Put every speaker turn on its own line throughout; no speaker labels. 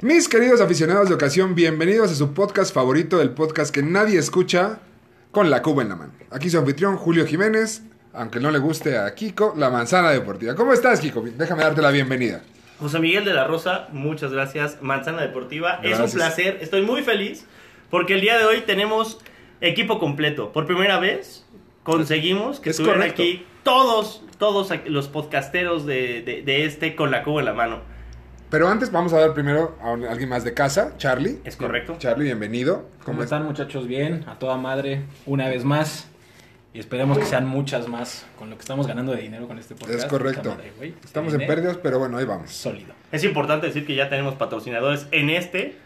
Mis queridos aficionados de ocasión, bienvenidos a su podcast favorito, el podcast que nadie escucha, con la Cuba en la mano. Aquí su anfitrión, Julio Jiménez, aunque no le guste a Kiko, la manzana deportiva. ¿Cómo estás, Kiko? Déjame darte la bienvenida.
José Miguel de la Rosa, muchas gracias. Manzana Deportiva, es
Gracias.
un placer. Estoy muy feliz porque el día de hoy tenemos equipo completo. Por primera vez conseguimos que
Es
estuvieran
correcto.
aquí todos, todos aquí- los podcasteros de, de- de este con la cuba en la mano.
Pero antes vamos a ver primero a un- alguien más de casa, Charlie.
Es correcto.
Charlie, bienvenido.
¿Cómo
es-
están muchachos? Bien, a toda madre, una vez más. Y esperemos que sean muchas más con lo que estamos ganando de dinero con este podcast.
Es correcto.
Puta madre, güey, este
Estamos en
dinero
pérdidas, pero bueno, ahí vamos.
Sólido.
Es importante decir que ya tenemos patrocinadores en este.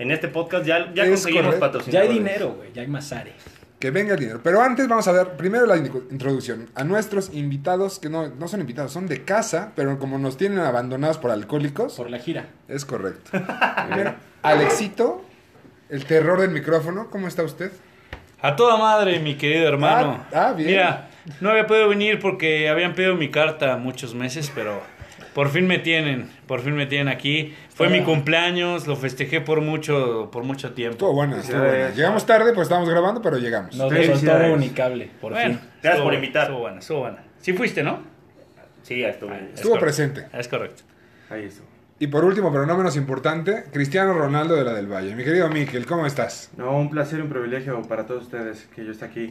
En este podcast ya, ya
Es
conseguimos
correcto.
Ya
patrocinadores.
hay dinero, güey, ya hay masare.
Que venga el dinero. Pero antes vamos a ver primero la in- introducción a nuestros invitados, que no, no son invitados, son de casa, pero como nos tienen abandonados por alcohólicos,
Por la gira.
es correcto. Primero, Alexito, el terror del micrófono, ¿cómo está usted?
A toda madre, mi querido hermano.
Ah, ah, bien.
Mira, no había podido venir porque habían pedido mi carta muchos meses, pero por fin me tienen, por fin me tienen aquí. Fue mi cumpleaños, lo festejé por mucho, por mucho
Estuvo
tiempo.
buena, estuvo buena. Llegamos tarde, pues estábamos grabando, pero llegamos.
Nos
Felicidades.
soltó Unicable, por fin.
Bueno,
Gracias
estuvo
por
buena,
invitar.
Estuvo buena, estuvo buena. Sí fuiste, ¿no?
Sí, ya estuvo.
Es
Estuvo
correcto.
presente.
Es correcto.
Ahí estuvo.
Y por último, pero no menos importante, Cristiano Ronaldo de la del Valle. Mi querido Miquel, ¿cómo estás?
No, un placer y un privilegio para todos ustedes que yo esté aquí. Eh,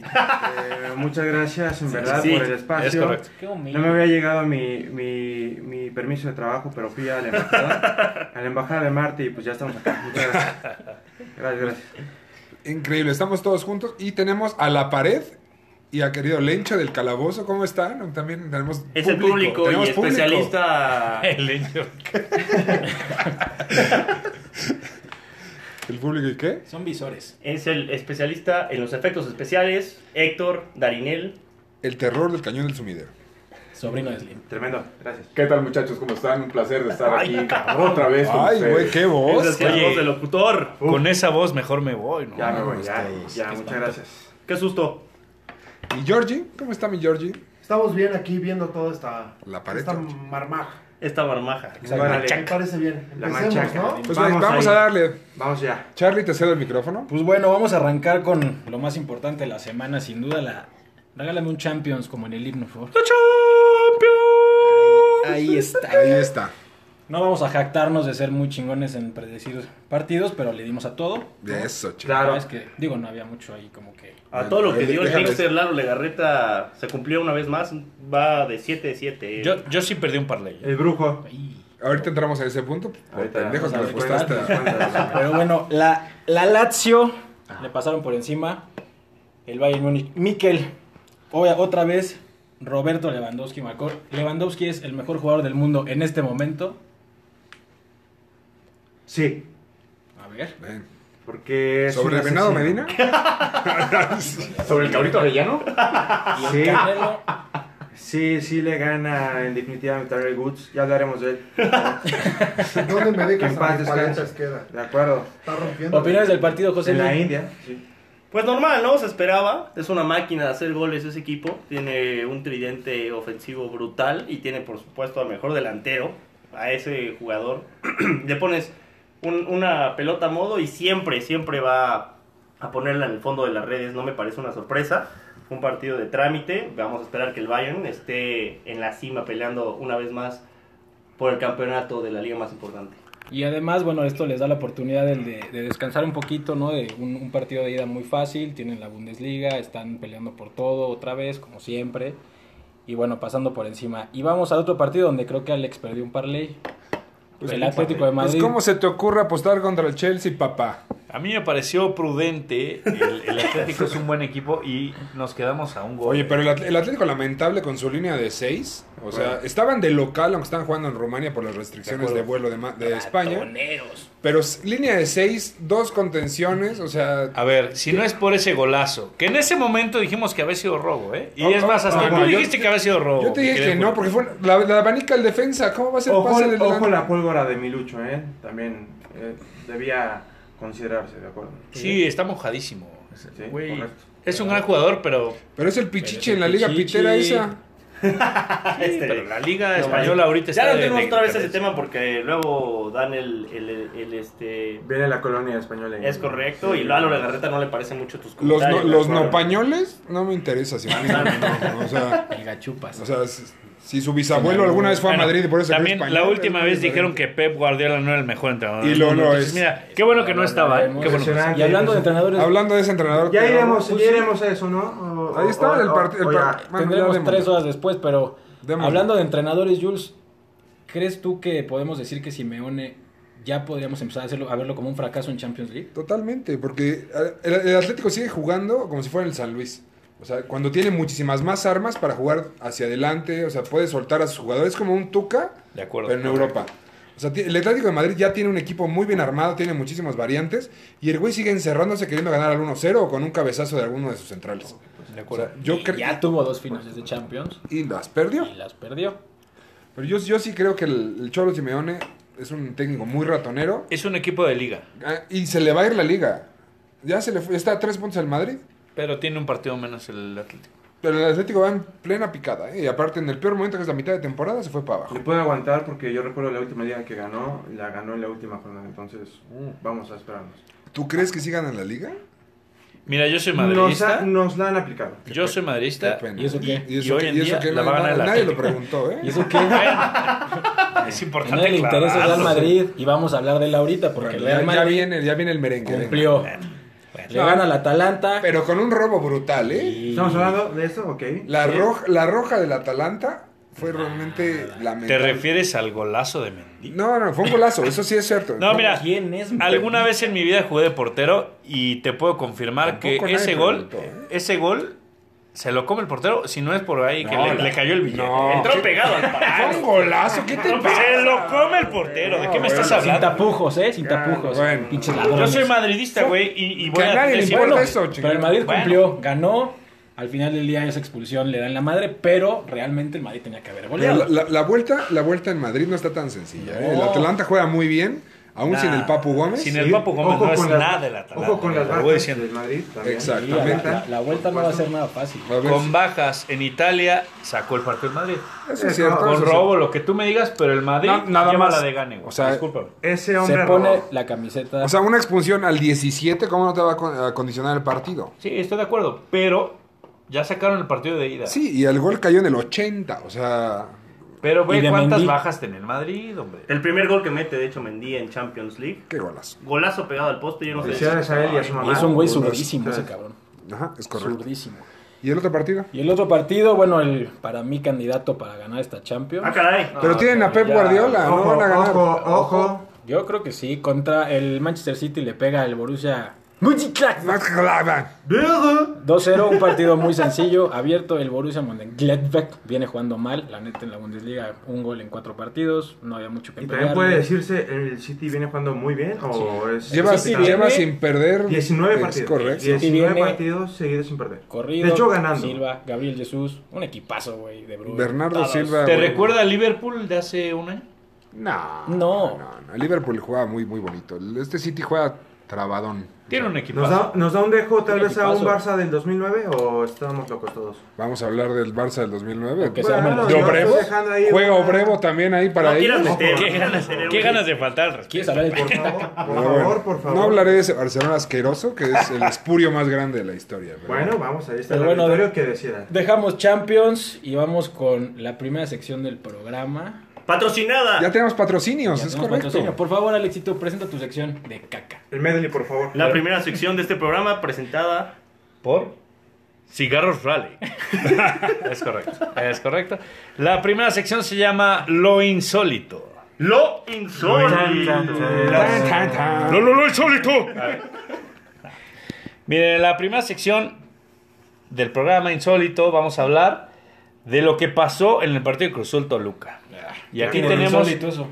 muchas gracias, en verdad,
sí,
por el espacio.
es correcto.
Qué humilde.
No me había llegado mi, mi, mi permiso de trabajo, pero fui a la embajada, a la embajada de Marte y pues ya estamos acá. Muchas gracias. Gracias, gracias.
Increíble, estamos todos juntos y tenemos a la pared y a querido Lencho del Calabozo, ¿cómo están? También tenemos
Es el público y
tenemos público.
especialista.
El leño.
¿El público y qué?
Son visores.
Es el especialista en los efectos especiales, Héctor Darinel.
El terror del cañón del sumidero.
Sobrino de Slim.
Tremendo, gracias.
¿Qué tal muchachos? ¿Cómo están? Un placer de estar aquí otra vez con
Ay,
ustedes.
güey, qué voz.
Es la
Oye.
voz del locutor. Uh,
Con esa voz mejor me voy, ¿no?
Ya me voy,
vamos
ya,
pues, todos.
ya, muchas gracias.
Qué susto.
¿Y Georgie? ¿Cómo está mi Georgie?
Estamos bien aquí viendo toda esta,
La pared,
esta
George.
marmaja.
Esta marmaja.
Órale,
Me parece bien.
La
Empecemos,
machaca.
¿no?
Pues vamos, vamos a
ahí.
darle.
Vamos ya.
Charlie, te cedo el micrófono.
Pues bueno, vamos a arrancar con lo más importante de la semana, sin duda la... Regálame un Champions como en el himno, por favor. Ahí está.
Ahí está.
No vamos a jactarnos de ser muy chingones en predecir partidos, pero le dimos a todo.
De eso, chico.
Claro.
Es que, digo, no había mucho ahí como que...
A todo lo que dio el
Déjame-
hipster Lalo Legarreta se cumplió una vez más. Va de 7 de eh. 7.
Yo, yo sí perdí un parlay.
El brujo.
"Ay".
Ahorita entramos a ese punto. Por
Ahorita
pendejo que
vamos
nos
a ver
gustaste.
Pero bueno, la, la Lazio le pasaron por encima. El Bayern Múnich. Mikel, hoy- otra vez, Roberto Lewandowski marcó. Lewandowski es el mejor jugador del mundo en este momento.
Sí,
A ver.
Ven.
porque... es
¿Sobre
un
Venado
asesino.
Medina?
¿Sobre el cabrito rellano?
Y el
Sí.
Ah,
Canelo,
Sí, sí le gana en definitiva a Tyler Goods. Ya hablaremos de él.
¿Dónde me
Que
dejas
en
a
paz
mi
descanse.
paletas queda?
De acuerdo.
Está rompiendo.
Opiniones del partido, José.
en la
Luis.
India. Sí.
Pues normal, ¿no? Se esperaba. Es una máquina de hacer goles ese equipo. Tiene un tridente ofensivo brutal y tiene, por supuesto, al mejor delantero. A ese jugador le pones un- una pelota a modo y siempre, siempre va a ponerla en el fondo de las redes. No me parece una sorpresa. Fue Un partido de trámite. Vamos a esperar que el Bayern esté en la cima peleando una vez más por el campeonato de la liga más importante.
Y además, bueno, esto les da la oportunidad del de, de descansar un poquito, ¿no? De un, un partido de ida muy fácil, tienen la Bundesliga, están peleando por todo otra vez, como siempre. Y bueno, pasando por encima. Y vamos al otro partido donde creo que Alex perdió un parlay. el Atlético de
Pues,
Madrid.
¿cómo se te ocurre apostar contra el Chelsea, papá?
A mí me pareció prudente. El, el Atlético es un buen equipo y nos quedamos a un gol.
Oye, pero el, At- el Atlético lamentable con su línea de 6. O sea, estaban de local, aunque estaban jugando en Rumania por las restricciones de, vuelo de, ma- de España.
eh.
Ratoneros.
Pero s- línea de 6, dos contenciones. O sea,
A ver, si no es por ese golazo, que en ese momento dijimos que había sido robo, ¿eh? Y
Oh,
es más,
oh,
hasta
ah,
tú
bueno, yo-
dijiste que había sido robo.
yo te dije
mi
que
querido
no, porque fue la, la abanica el defensa. ¿Cómo va a ser
Ojo,
pase del
ojo
delantero?
la pólvora de Milucho, ¿eh? También eh, debía considerarse, ¿de acuerdo?
Sí,
¿eh?
está mojadísimo.
Sí,
Güey,
correcto.
es un gran jugador, pero,
Pero es el pichiche
Pero es
en la
el
liga
pichichi.
pitera esa.
Este-
pero la liga
No,
española
vale.
ahorita está
Ya no
de-
tenemos
de
otra vez ese
cabeza.
tema porque luego dan el, el, el- el, este...
Viene la colonia española. y-
Es correcto y Lalo Legarreta no le parece mucho tus
Los,
comentarios.
no, los
¿de acuerdo?
no pañoles no me interesa. Si no, no, o sea,
El gachupas.
o sea, si, si su bisabuelo alguna vez fue a
Bueno,
Madrid y por eso es
También
español,
la última
es
vez
diferente.
dijeron que Pep Guardiola no era el mejor entrenador.
Y
del
lo
mundo.
no
Entonces,
es.
Mira, qué bueno que no estaba, ¿eh? Qué bueno. que no estaba.
Impresionante.
Y hablando de entrenadores,
Hablando de ese entrenador.
Ya
que-
iremos,
Pues
ya
sí.
iremos a eso, ¿no? O-
Ahí
o-
estaba
o-
el partido.
o ya.
tendremos tres horas después, pero
Démosle.
hablando de entrenadores, Jules, ¿crees tú que podemos decir que Simeone ya podríamos empezar a, hacerlo, a verlo como un fracaso en Champions League?
Totalmente, porque eh, el, el Atlético sigue jugando como si fuera el San Luis. O sea, cuando tiene muchísimas más armas para jugar hacia adelante, o sea, puede soltar a sus jugadores como un Tuca,
De acuerdo.
pero en Europa. O sea, ti- el Atlético de Madrid ya tiene un equipo muy bien armado, tiene muchísimas variantes, y el güey sigue encerrándose queriendo ganar al 1-0 o con un cabezazo de alguno de sus centrales.
De
O
acuerdo.
sea, yo
Y
cre-
ya tuvo dos finales de Champions
Y las perdió.
y las perdió.
Pero yo, yo sí creo que el, el Cholo Simeone es un técnico muy ratonero.
Es un equipo de liga,
Ah, Y se le va a ir la liga. Ya se le fue, está a tres puntos al Madrid.
pero tiene un partido menos el Atlético.
Pero el Atlético va en plena picada. ¿eh? Y aparte, en el peor momento, que es la mitad de temporada, se fue para abajo.
Le puede aguantar porque yo recuerdo la última liga que ganó, la ganó en la última jornada, entonces uh, vamos a esperarnos.
¿Tú crees que sigan en la liga?
Mira, yo soy
Nos, ha-
madridista.
nos la han aplicado.
Yo soy madridista.
Qué pena.
¿Y eso qué?
Y
Y
eso
hoy
que,
en
y eso
día
que
la
no-
va a ganar el
nadie lo
Atlético.
preguntó, ¿eh?
¿Y eso qué?
Es
A nadie
importante.
le interesa el Real
aclararlo.
Madrid y vamos a hablar de él ahorita
Bueno,
porque el
ya,
Real
ya
Madrid
viene, ya viene el merengue. venga.
cumplió. Le
No.
gana al Atalanta.
Pero con un robo brutal, ¿eh?
y-
¿Estamos hablando de esto? Ok.
La, roja, la roja del Atalanta fue realmente
¿Te
lamentable.
refieres al golazo de Mendy?
No, no, fue un golazo. Eso sí es cierto.
No, mira,
¿Quién es?
Alguna vez en mi vida jugué de portero y te puedo confirmar que
Tampoco nadie
ese gol,
preguntó, ¿eh?
ese gol se lo come el portero, si no es por ahí que
No,
le,
la-
le cayó el billete.
no.
Entró pegado al
Fue un
palo.
golazo. ¿Qué te pasa?
Se lo come el portero. ¿De qué me
No,
estás
bueno,
Sin
hablando?
tapujos, ¿eh? Sin tapujos.
bueno.
Pinches
Yo
ladrones.
soy madridista, güey, y, y
Que
voy
a
a
nadie le
decir-
importa
Bueno,
eso, chingado.
Pero el Madrid
Bueno.
cumplió, ganó. Al final del día esa expulsión le dan la madre, pero realmente el Madrid tenía que haber
Pero
goleado.
la, la- la vuelta, la vuelta en Madrid no está tan sencilla. ¿eh?
No.
El Atalanta juega muy bien, aún sin el Papu Gómez.
Sin el Papu Gómez no es nada del Atalanta.
Ojo con las
te lo voy
bajas
diciendo.
del Madrid también.
Exacto.
Sí, la- la-
exactamente.
la vuelta no va a ser nada fácil.
A ver,
Con bajas en Italia sacó el partido el Madrid.
eso es cierto,
Con
eso
Con
es
robo, lo que tú me digas, pero el Madrid
No, nada
lleva
más.
la de gane, güey.
O sea,
Discúlpame.
Ese hombre
Se pone
robó.
la camiseta.
cierto. O sea, una expulsión al 17, ¿cómo no te va a con- a condicionar el partido?
Sí, estoy de acuerdo, pero ya sacaron el partido de ida.
Sí, y el gol cayó en el 80, o sea...
Pero ve
Y de
cuántas
Mendy.
bajas tiene el Madrid, hombre.
El primer gol que mete, de hecho, Mendy en Champions League.
Qué golazo.
Golazo pegado al poste, yo no sé.
Felicidades a él y a su
y
mamá.
es un güey
Unos-
zurdísimo ese cabrón.
Ajá, es correcto.
Zurdísimo.
¿Y el otro partido?
Y el otro partido, bueno, el para mí candidato para ganar esta
Ah,
Champions.
caray.
Pero tienen a Pep
ya.
Guardiola, no
Ojo,
van a ganar.
ojo, ojo.
Yo creo que sí, contra el Manchester City le pega el Borussia Mönchengladbach.
Más que la- va.
2-0, un partido muy sencillo, abierto. El Borussia Mönchengladbach viene jugando mal, la neta en la Bundesliga, un gol en cuatro partidos, no había mucho que
Y también
pelear.
puede decirse, el City viene jugando muy bien o es...
Lleva,
Sí, sí,
lleva
viene
sin perder...
19
es
partidos.
correcto.
19
viene-
partidos seguidos sin perder.
Corrido,
de hecho, ganando.
Silva, Gabriel Jesús, un equipazo, güey, de Bruyne.
Bernardo
Todos.
Ah,
Silva...
¿Te
güey.
recuerda a Liverpool de hace un año?
No,
No.
no, no. El Liverpool juega muy, muy bonito. El- Este City juega trabadón.
Tiene un
¿Nos da,
equipazo.
¿Nos da un dejo tal
Un
vez a un
equipazo.
Barça del 2009 o estamos locos todos?
Vamos a hablar del Barça del 2009.
Que se arme el-
¿De
yo
Obrevo?
estoy dejando ahí
Juega
una-
Obrevo también ahí para
no quieras
ellos.
meter.
¿Qué
no
ganas,
quieras meter,
qué
güey.
ganas de faltar al respeto?
¿Quieres hablar del
Por
portero?
favor, por
Pero bueno,
favor, por favor.
No hablaré de ese Barcelona asqueroso, que es el espurio más grande de la historia. pero
Bueno, vamos, ahí está el
Pero bueno,
auditorio
de-
que decida.
Dejamos Champions y vamos con la primera sección del programa.
Patrocinada.
Ya tenemos patrocinios,
Ya
Pues es
tenemos
correcto.
patrocinio. Por favor, Alexito, presenta tu sección de caca.
El medley, por favor.
La primera sección de este programa presentada.
¿Por? Cigarros Rally. es correcto, es correcto. La primera sección se llama Lo Insólito.
Lo insólito.
Tan, tan, tan.
lo, lo insólito! Miren, en la primera sección del programa Insólito vamos a hablar de lo que pasó en el partido de Cruz Azul Toluca. Y aquí
Como
tenemos
insólito eso.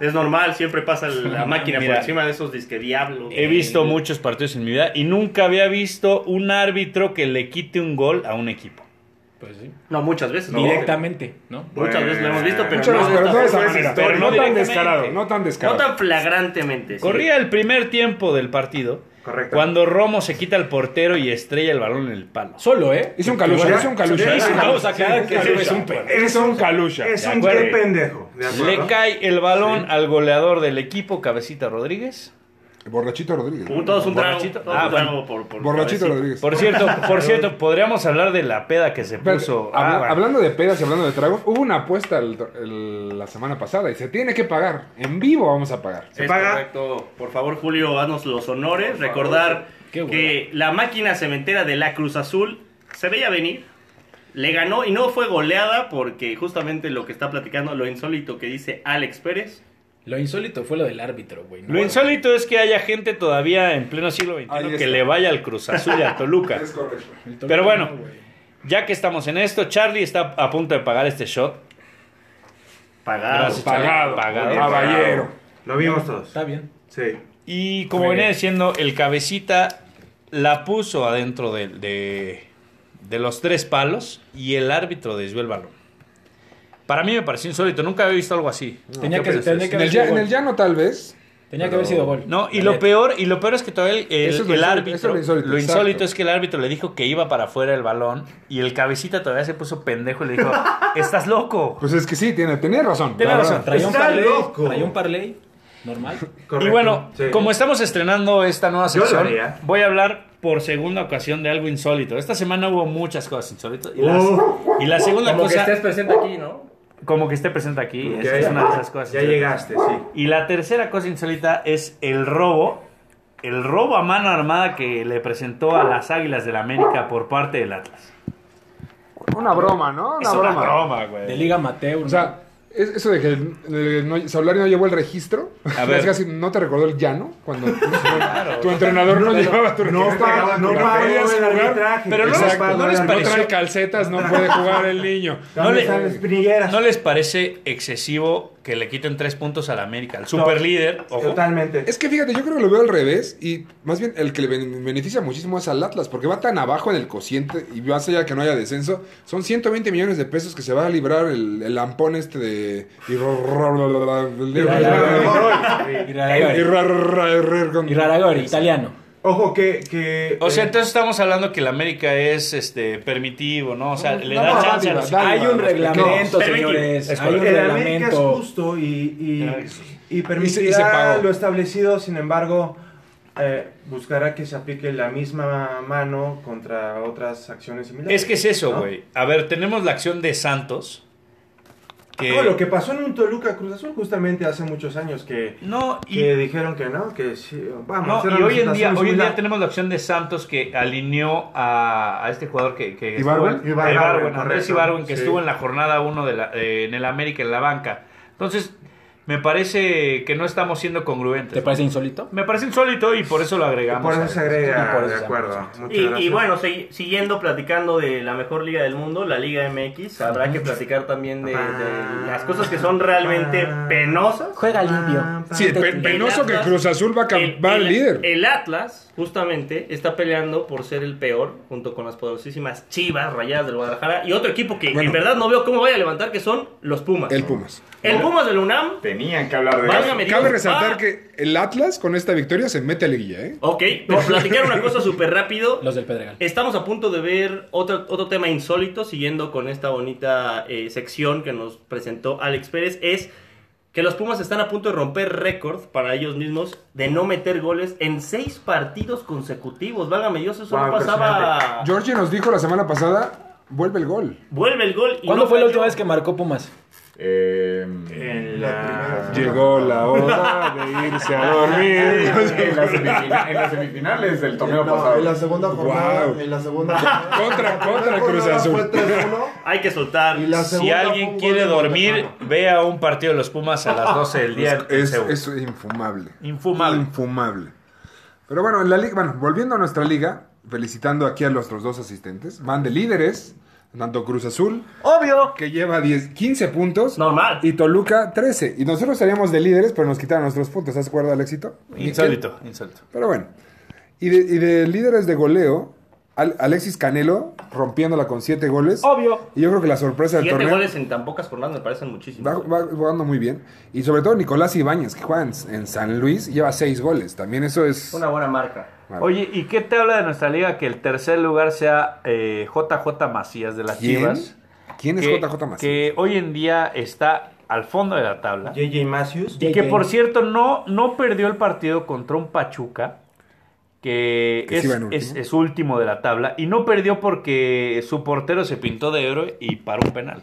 Es normal, siempre pasa la máquina
Mira.
por encima de esos disque diablos.
He
Eh,
visto muchos partidos en mi vida y nunca había visto un árbitro que le quite un gol a un equipo.
Pues sí.
No, muchas veces. no.
Directamente, ¿no?
Muchas veces lo hemos visto, pero
Muchas
no,
veces, pero
de
no de
esta
esa
forma.
manera.
pero
Pero
no
no tan
directamente.
descarado, no tan descarado.
No tan flagrantemente. sí.
Corría el primer tiempo del partido
Correcto.
cuando Romo se quita el portero y estrella el balón en el palo.
Solo, ¿eh?
Hizo un calucha,
Bueno,
hizo un calucha.
sí, Vamos a aclarar que
Calucha.
es un perro.
Es un calucha.
Es
De
un
acuerdo.
qué pendejo. ¿De acuerdo?
Le cae el balón al goleador del equipo, Cabecita Rodríguez.
Borrachito Rodríguez.
Un- todos un trago.
Borrachito.
todos
Ah,
un
bueno.
trago por, por-
Borrachito
por-
Rodríguez.
Por cierto, por cierto, podríamos hablar de la peda que se
Espérate,
puso.
habla-
Ah, bueno.
Hablando de pedas y hablando de tragos, hubo una apuesta el- el- la semana pasada y se tiene que pagar. En vivo vamos a pagar.
Se
Es
paga.
correcto. Por favor, Julio, danos los honores. Recordar
Qué hueva.
que la máquina cementera de la Cruz Azul se veía venir. Le ganó y no fue goleada porque justamente lo que está platicando, lo insólito que dice Alex Pérez.
Lo insólito fue lo del árbitro, güey. ¿no?
Lo insólito es que haya gente todavía en pleno siglo
Ahí
XXI
está.
que le vaya al Cruz Azul y al Toluca.
correcto.
El Toluca
Pero bueno.
no, güey.
Ya que estamos en esto, Charlie está a punto de pagar este shot.
Pagado.
Gracias, Charlie.
Ah, Pagado. Ah,
Pagado.
Caballero.
Lo vimos todos.
Está bien.
Sí.
Y como
Muy
venía
bien.
diciendo, el cabecita la puso adentro de, de- de los tres palos y el árbitro desvió el balón. Para mí me pareció insólito, nunca había visto algo así.
Tenía
¿Qué
que-
opinas
tenía
ustedes?
En el, ya- en el llano tal vez.
Tenía que haber sido gol.
No, y
La
lo
neta.
peor, y lo peor es que todavía el, el-
Eso es lo
el
insólito,
árbitro,
eso es lo
lo
insólito,
insólito,
exacto.
es que el árbitro le dijo que iba para afuera el balón y el cabecita todavía se puso pendejo y le dijo, estás loco.
Pues es que sí, tiene, tenía razón.
Tenía
la
razón.
verdad.
Traía un
Está
parlay.
loco.
Traía un parlay. Normal.
Correcto.
Y bueno,
Sí.
como estamos estrenando esta nueva
Yo lo
sección,
haría.
voy a hablar por segunda ocasión de algo insólito. Esta semana hubo muchas cosas insólitas. Y, las-
Oh.
y la segunda
Como que
cosa,
estés presente aquí, ¿no?
como que esté presente aquí,
Ok.
esa es una de esas cosas.
Ya
insólitas.
llegaste, sí.
Y la tercera cosa insólita es el robo. El robo a mano armada que le presentó a las Águilas del América por parte del Atlas.
Una broma, ¿no? Una
es
broma.
una broma,
De
güey.
Liga Amateur. ¿no?
O sea, es- eso de que el, el- no- Solari no llevó el registro.
A ver.
Es casi, ¿No te recordó el llano? Cuando tu, tu entrenador no llevaba tu
No
registro.
pagó, no
podías
pagó el
jugar.
arbitraje.
Pero no les,
Exacto.
pagó
no les
el
No
pareció
trae calcetas, no puede jugar el niño.
No le-
¿Dónde están las pinilleras?
¿No les parece excesivo que le quiten tres puntos al América? El superlíder, ojo.
Totalmente.
Es que fíjate, yo creo que lo veo al revés y más bien el que le ben- beneficia muchísimo es al Atlas porque va tan abajo en el cociente y más allá que no haya descenso, son 120 millones de pesos que se va a librar el, el lampón este de... y ro- ro- ro- ro- ro-
Y Raragori.
y ro- ro- ro- ro-
Y Raragori, italiano.
Ojo que, que
O sea,
eh,
entonces estamos hablando que el América es este permitivo, ¿no? O sea, le
No, no,
da chance
dádiva,
a los
dádiva.
Hay un
no,
reglamento,
no.
señores.
Es
Hay un
el América es
reglamento.
justo y, y, y
Y se- y se
permitirá
pagó.
lo establecido, sin embargo, eh, buscará que se aplique la misma mano contra otras acciones similares.
Es que es eso,
¿no?
güey. A ver, tenemos la acción de Santos. Que...
No, lo que pasó en un Toluca Cruz Azul justamente hace muchos años que,
No, y,
que dijeron que no, que sí,
no,
vamos. era
y
una
hoy en día,
situación
hoy en día
similar.
tenemos la acción de Santos que alineó a, a este jugador que, que
¿Ibarwen?
estuvo en-
Ibarwen,
a Ibarwen,
correcto.
Andrés Ibarwen, que
Sí.
estuvo en la jornada 1 de la- eh, en el América en la banca. Entonces, me parece que no estamos siendo congruentes.
¿Te parece insólito?
Me parece insólito y por eso lo agregamos.
Por eso se agrega,
Y por eso
de
se
acuerdo.
agrega.
Muchas
Y, y
gracias.
bueno, segui- siguiendo platicando de la mejor liga del mundo, la Liga MX, habrá que platicar también de,
Ah.
de las cosas que son realmente penosas.
Juega
Pam,
limpio.
pam,
Sí,
pam.
pe- penoso que
Atlas-
Cruz Azul va, a cam-
El-
va al
el-
líder.
El Atlas, justamente, está peleando por ser el peor, junto con las poderosísimas Chivas, Rayadas del Guadalajara, y otro equipo que
Bueno.
en verdad no veo cómo vaya a levantar, que son los Pumas.
El
El,
Pumas.
Pumas del UNAM,
Tenían que hablar de
válgame Dios,
Cabe resaltar
va-
que el Atlas con esta victoria se mete a liguilla, ¿eh?
Ok, pero platicar una cosa súper rápido.
Los del Pedregal.
Estamos a punto de ver otro, otro tema insólito, siguiendo con esta bonita eh, sección que nos presentó Alex Pérez, es que los Pumas están a punto de romper récord para ellos mismos de no meter goles en seis partidos consecutivos. Válgame Dios, eso no
Wow,
pasaba...
Georgie nos dijo la semana pasada, vuelve el gol.
Vuelve el gol y
¿Cuándo
no
fue la
cayó.
última vez que marcó Pumas?
Eh,
En
La primera.
la...
Llegó la hora de irse a dormir.
en, las semifina- en las semifinales del torneo
No,
pasado.
en la segunda jornada.
Guau.
En la segunda jornada.
Contra-
La
contra
primera
Cruz
jornada
Azul.
Fue 3-1.
Hay que soltar.
Y la
Si
segunda
alguien
fue un
quiere
gol de
dormir,
Montejano.
vea un partido de los Pumas a las 12 del día. en
Es,
Seúl.
es infumable.
Infumable.
Infumable. Pero bueno, en la liga, bueno, volviendo a nuestra liga, felicitando aquí a nuestros dos asistentes, van de líderes, tanto Cruz Azul,
Obvio.
que lleva 10, 15 puntos,
Normal.
y Toluca 13. Y nosotros estaríamos de líderes, pero nos quitaron nuestros puntos, ¿estás de acuerdo, Alexito?
Insólito, insólito.
Pero bueno, y de, y de líderes de goleo, Al- Alexis Canelo rompiéndola con 7 goles.
Obvio.
Y yo creo que la sorpresa del
Siete
torneo...
goles en tan pocas jornadas me parecen
Va,
muchísimos.
va jugando muy bien. Y sobre todo Nicolás Ibáñez, que juega en, en San Luis, lleva seis goles. También eso es.
Una buena marca.
Oye, ¿y qué te habla de nuestra liga que el tercer lugar sea eh, JJ Macías de las
¿Quién?
Chivas?
¿Quién es
que-
JJ Macías?
Que hoy en día está al fondo de la tabla.
JJ Matthews.
Y que por cierto no, no perdió el partido contra un Pachuca, que,
Que sí
es,
va en último.
es- es último de la tabla, y no perdió porque su portero se pintó de héroe y paró un penal.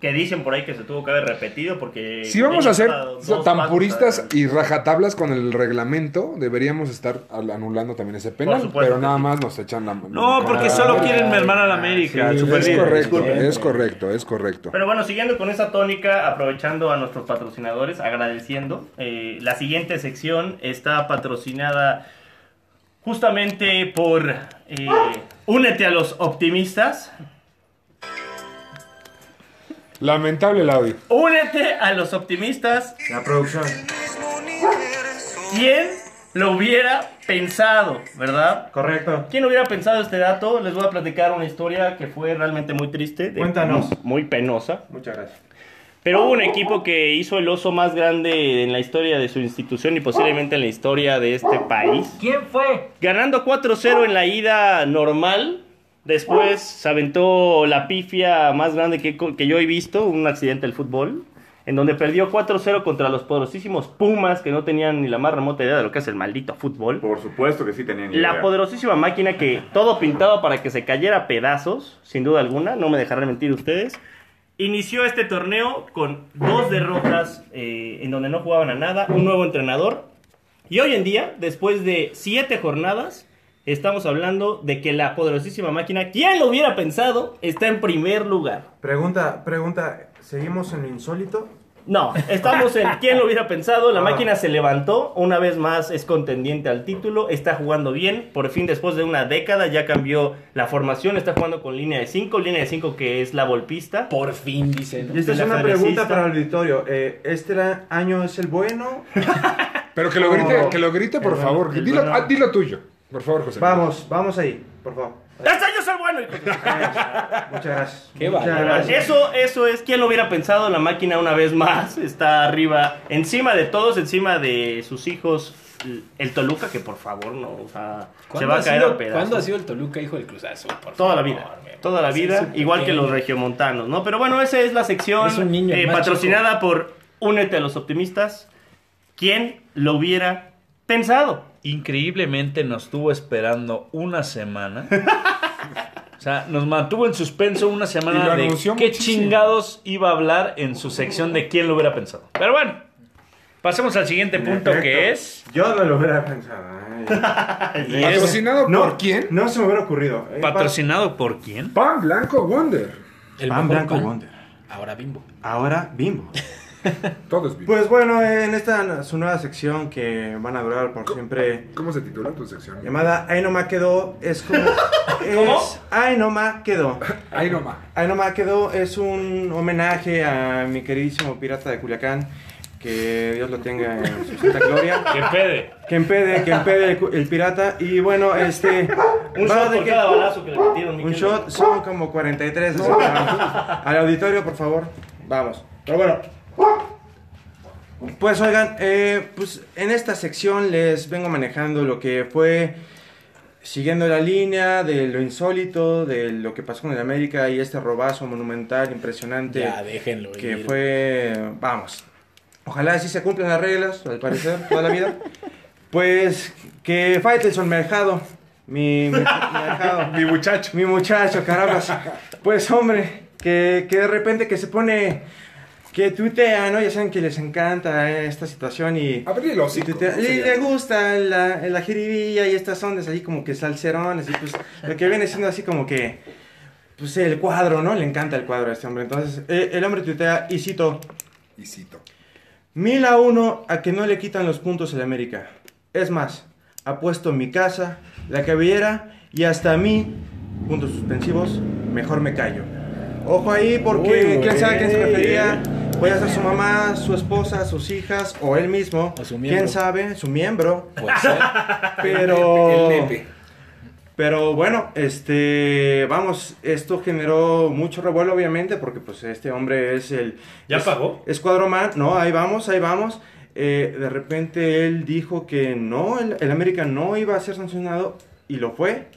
Que dicen por ahí que se tuvo que haber repetido porque...
Si vamos a ser
tenía dos
tan
pasos
puristas
adelante.
y rajatablas con el reglamento, deberíamos estar al- anulando también ese penal.
Por supuesto
pero
que
nada
sí.
más nos echan la.
No, porque solo quieren mermar a la América.
Ah, Es
Super líder.
correcto,
disculpen.
es correcto, es correcto.
Pero bueno, siguiendo con esa tónica, aprovechando a nuestros patrocinadores, agradeciendo. eh, la siguiente sección está patrocinada justamente por eh, Únete a los optimistas.
Lamentable el audio.
Únete a los optimistas.
La producción.
¿Quién lo hubiera pensado, verdad?
Correcto.
¿Quién hubiera pensado este dato? Les voy a platicar una historia que fue realmente muy triste. de-
Cuéntanos.
Muy penosa.
Muchas gracias.
Pero hubo un equipo que hizo el oso más grande en la historia de su institución y posiblemente en la historia de este país. ¿Quién fue? Ganando 4-0 en la ida normal. Después se aventó la pifia más grande que, que yo he visto, un accidente del fútbol, en donde perdió 4-0 contra los poderosísimos Pumas, que no tenían ni la más remota idea de lo que es el maldito fútbol.
Por supuesto que sí tenían idea.
La poderosísima máquina que todo pintado para que se cayera a pedazos, sin duda alguna, no me dejarán mentir ustedes. Inició este torneo con dos derrotas eh, en donde no jugaban a nada, un nuevo entrenador. Y hoy en día, después de siete jornadas, estamos hablando de que la poderosísima máquina, ¿quién lo hubiera pensado? Está en primer lugar.
Pregunta, pregunta. ¿Seguimos en lo insólito?
No, estamos en quién lo hubiera pensado. La máquina se levantó, una vez más es contendiente al título, está jugando bien, por fin después de una década ya cambió la formación, está jugando con línea de 5, línea de 5 que es la volpista.
Por fin, dicen.
Y esta es
La
una
federcista.
pregunta para el auditorio. eh, ¿Este era- año es el bueno?
Pero que lo
No.
grite, que lo grite, por
El
favor.
bueno, el
Dilo,
bueno.
ah, dilo tuyo. Por favor, José.
Vamos, vamos ahí, por favor.
¡Este año es el bueno! hijo de-
Muchas gracias.
Qué
Muchas
bárbaro.
gracias.
Eso, eso es quién lo hubiera pensado. La máquina una vez más está arriba, encima de todos, encima de sus hijos. El Toluca, que por favor no, o sea, se
¿Cuándo
va a
ha
caer
sido-
a pedazos.
¿Cuándo ha sido el Toluca hijo del Cruz Azul? Por
Toda la
favor,
vida,
me-
toda la
Sí,
vida,
súper
igual que
bien.
los regiomontanos, ¿no? Pero bueno, esa es la sección
Es un niño,
eh,
el más
patrocinada por Únete a los Optimistas. ¿Quién lo hubiera pensado?
Increíblemente nos tuvo esperando una semana. O sea, nos mantuvo en suspenso una
Y lo
semana de qué
anunció muchísimo.
chingados iba a hablar en su sección de quién lo hubiera pensado. Pero bueno, pasemos al siguiente punto que es...
Yo no lo hubiera pensado. ay.
y es
¿Patrocinado
No,
por quién?
No se me hubiera ocurrido. Eh,
¿Patrocinado por quién?
Pan Blanco Wonder.
El
Pan
mejor
Blanco
pan.
Wonder.
Ahora Bimbo.
Ahora Bimbo.
Todo es bien.
Pues bueno, en esta su nueva sección que van a durar por siempre,
¿Cómo se titula tu sección?
llamada Ay no más quedó, es como es Ay no más quedó.
Ahí nomás.
Ay, nomás quedó, es un homenaje a mi queridísimo pirata de Culiacán. Que Dios lo tenga en su santa gloria.
Que pede.
Que empede, que empede el, cu- el pirata. Y bueno, este.
Un
va
shot
de
por
que-
cada balazo que le metieron. mi
Un
querido.
shot son como 43. así que vamos. Al auditorio, por favor. Vamos. Pero bueno. Pues oigan, eh, pues en esta sección les vengo manejando lo que fue siguiendo la línea de lo insólito, de lo que pasó con el América y este robazo monumental, impresionante
Ya, déjenlo.
que
ir.
fue, vamos, ojalá así se cumplan las reglas, al parecer, toda la vida. Pues que Faitelson Mercado, mi, mi, Mercado, mi muchacho, mi muchacho, carabas. Pues hombre, que, que de repente que se pone, que tuitea, ¿no? Ya saben que les encanta eh, esta situación y...
Abrir el
Y
hocico.
te- te- le, le gusta la, la jiribilla y estas ondas ahí como que salserones y pues lo que viene siendo así como que pues el cuadro, ¿no? Le encanta el cuadro a este hombre. Entonces, eh, el hombre tuitea y cito,
Y cito.
mil a uno a que no le quitan los puntos al América. Es más, ha puesto mi casa, la cabellera y hasta a mí, puntos suspensivos, mejor me callo. Ojo ahí porque
Uy,
quién sabe quién se
güey.
refería. Puede ser su mamá, su esposa, sus hijas o él mismo.
O su
quién
miembro.
sabe, su miembro.
Puede ser.
Pero.
El nepe.
Pero bueno, este, vamos, esto generó mucho revuelo obviamente porque pues este hombre es el...
¿Ya
es-
pagó?
Es Cuadroman, no, ahí vamos, ahí vamos. Eh, de repente él dijo que no, el, el América no iba a ser sancionado y lo fue.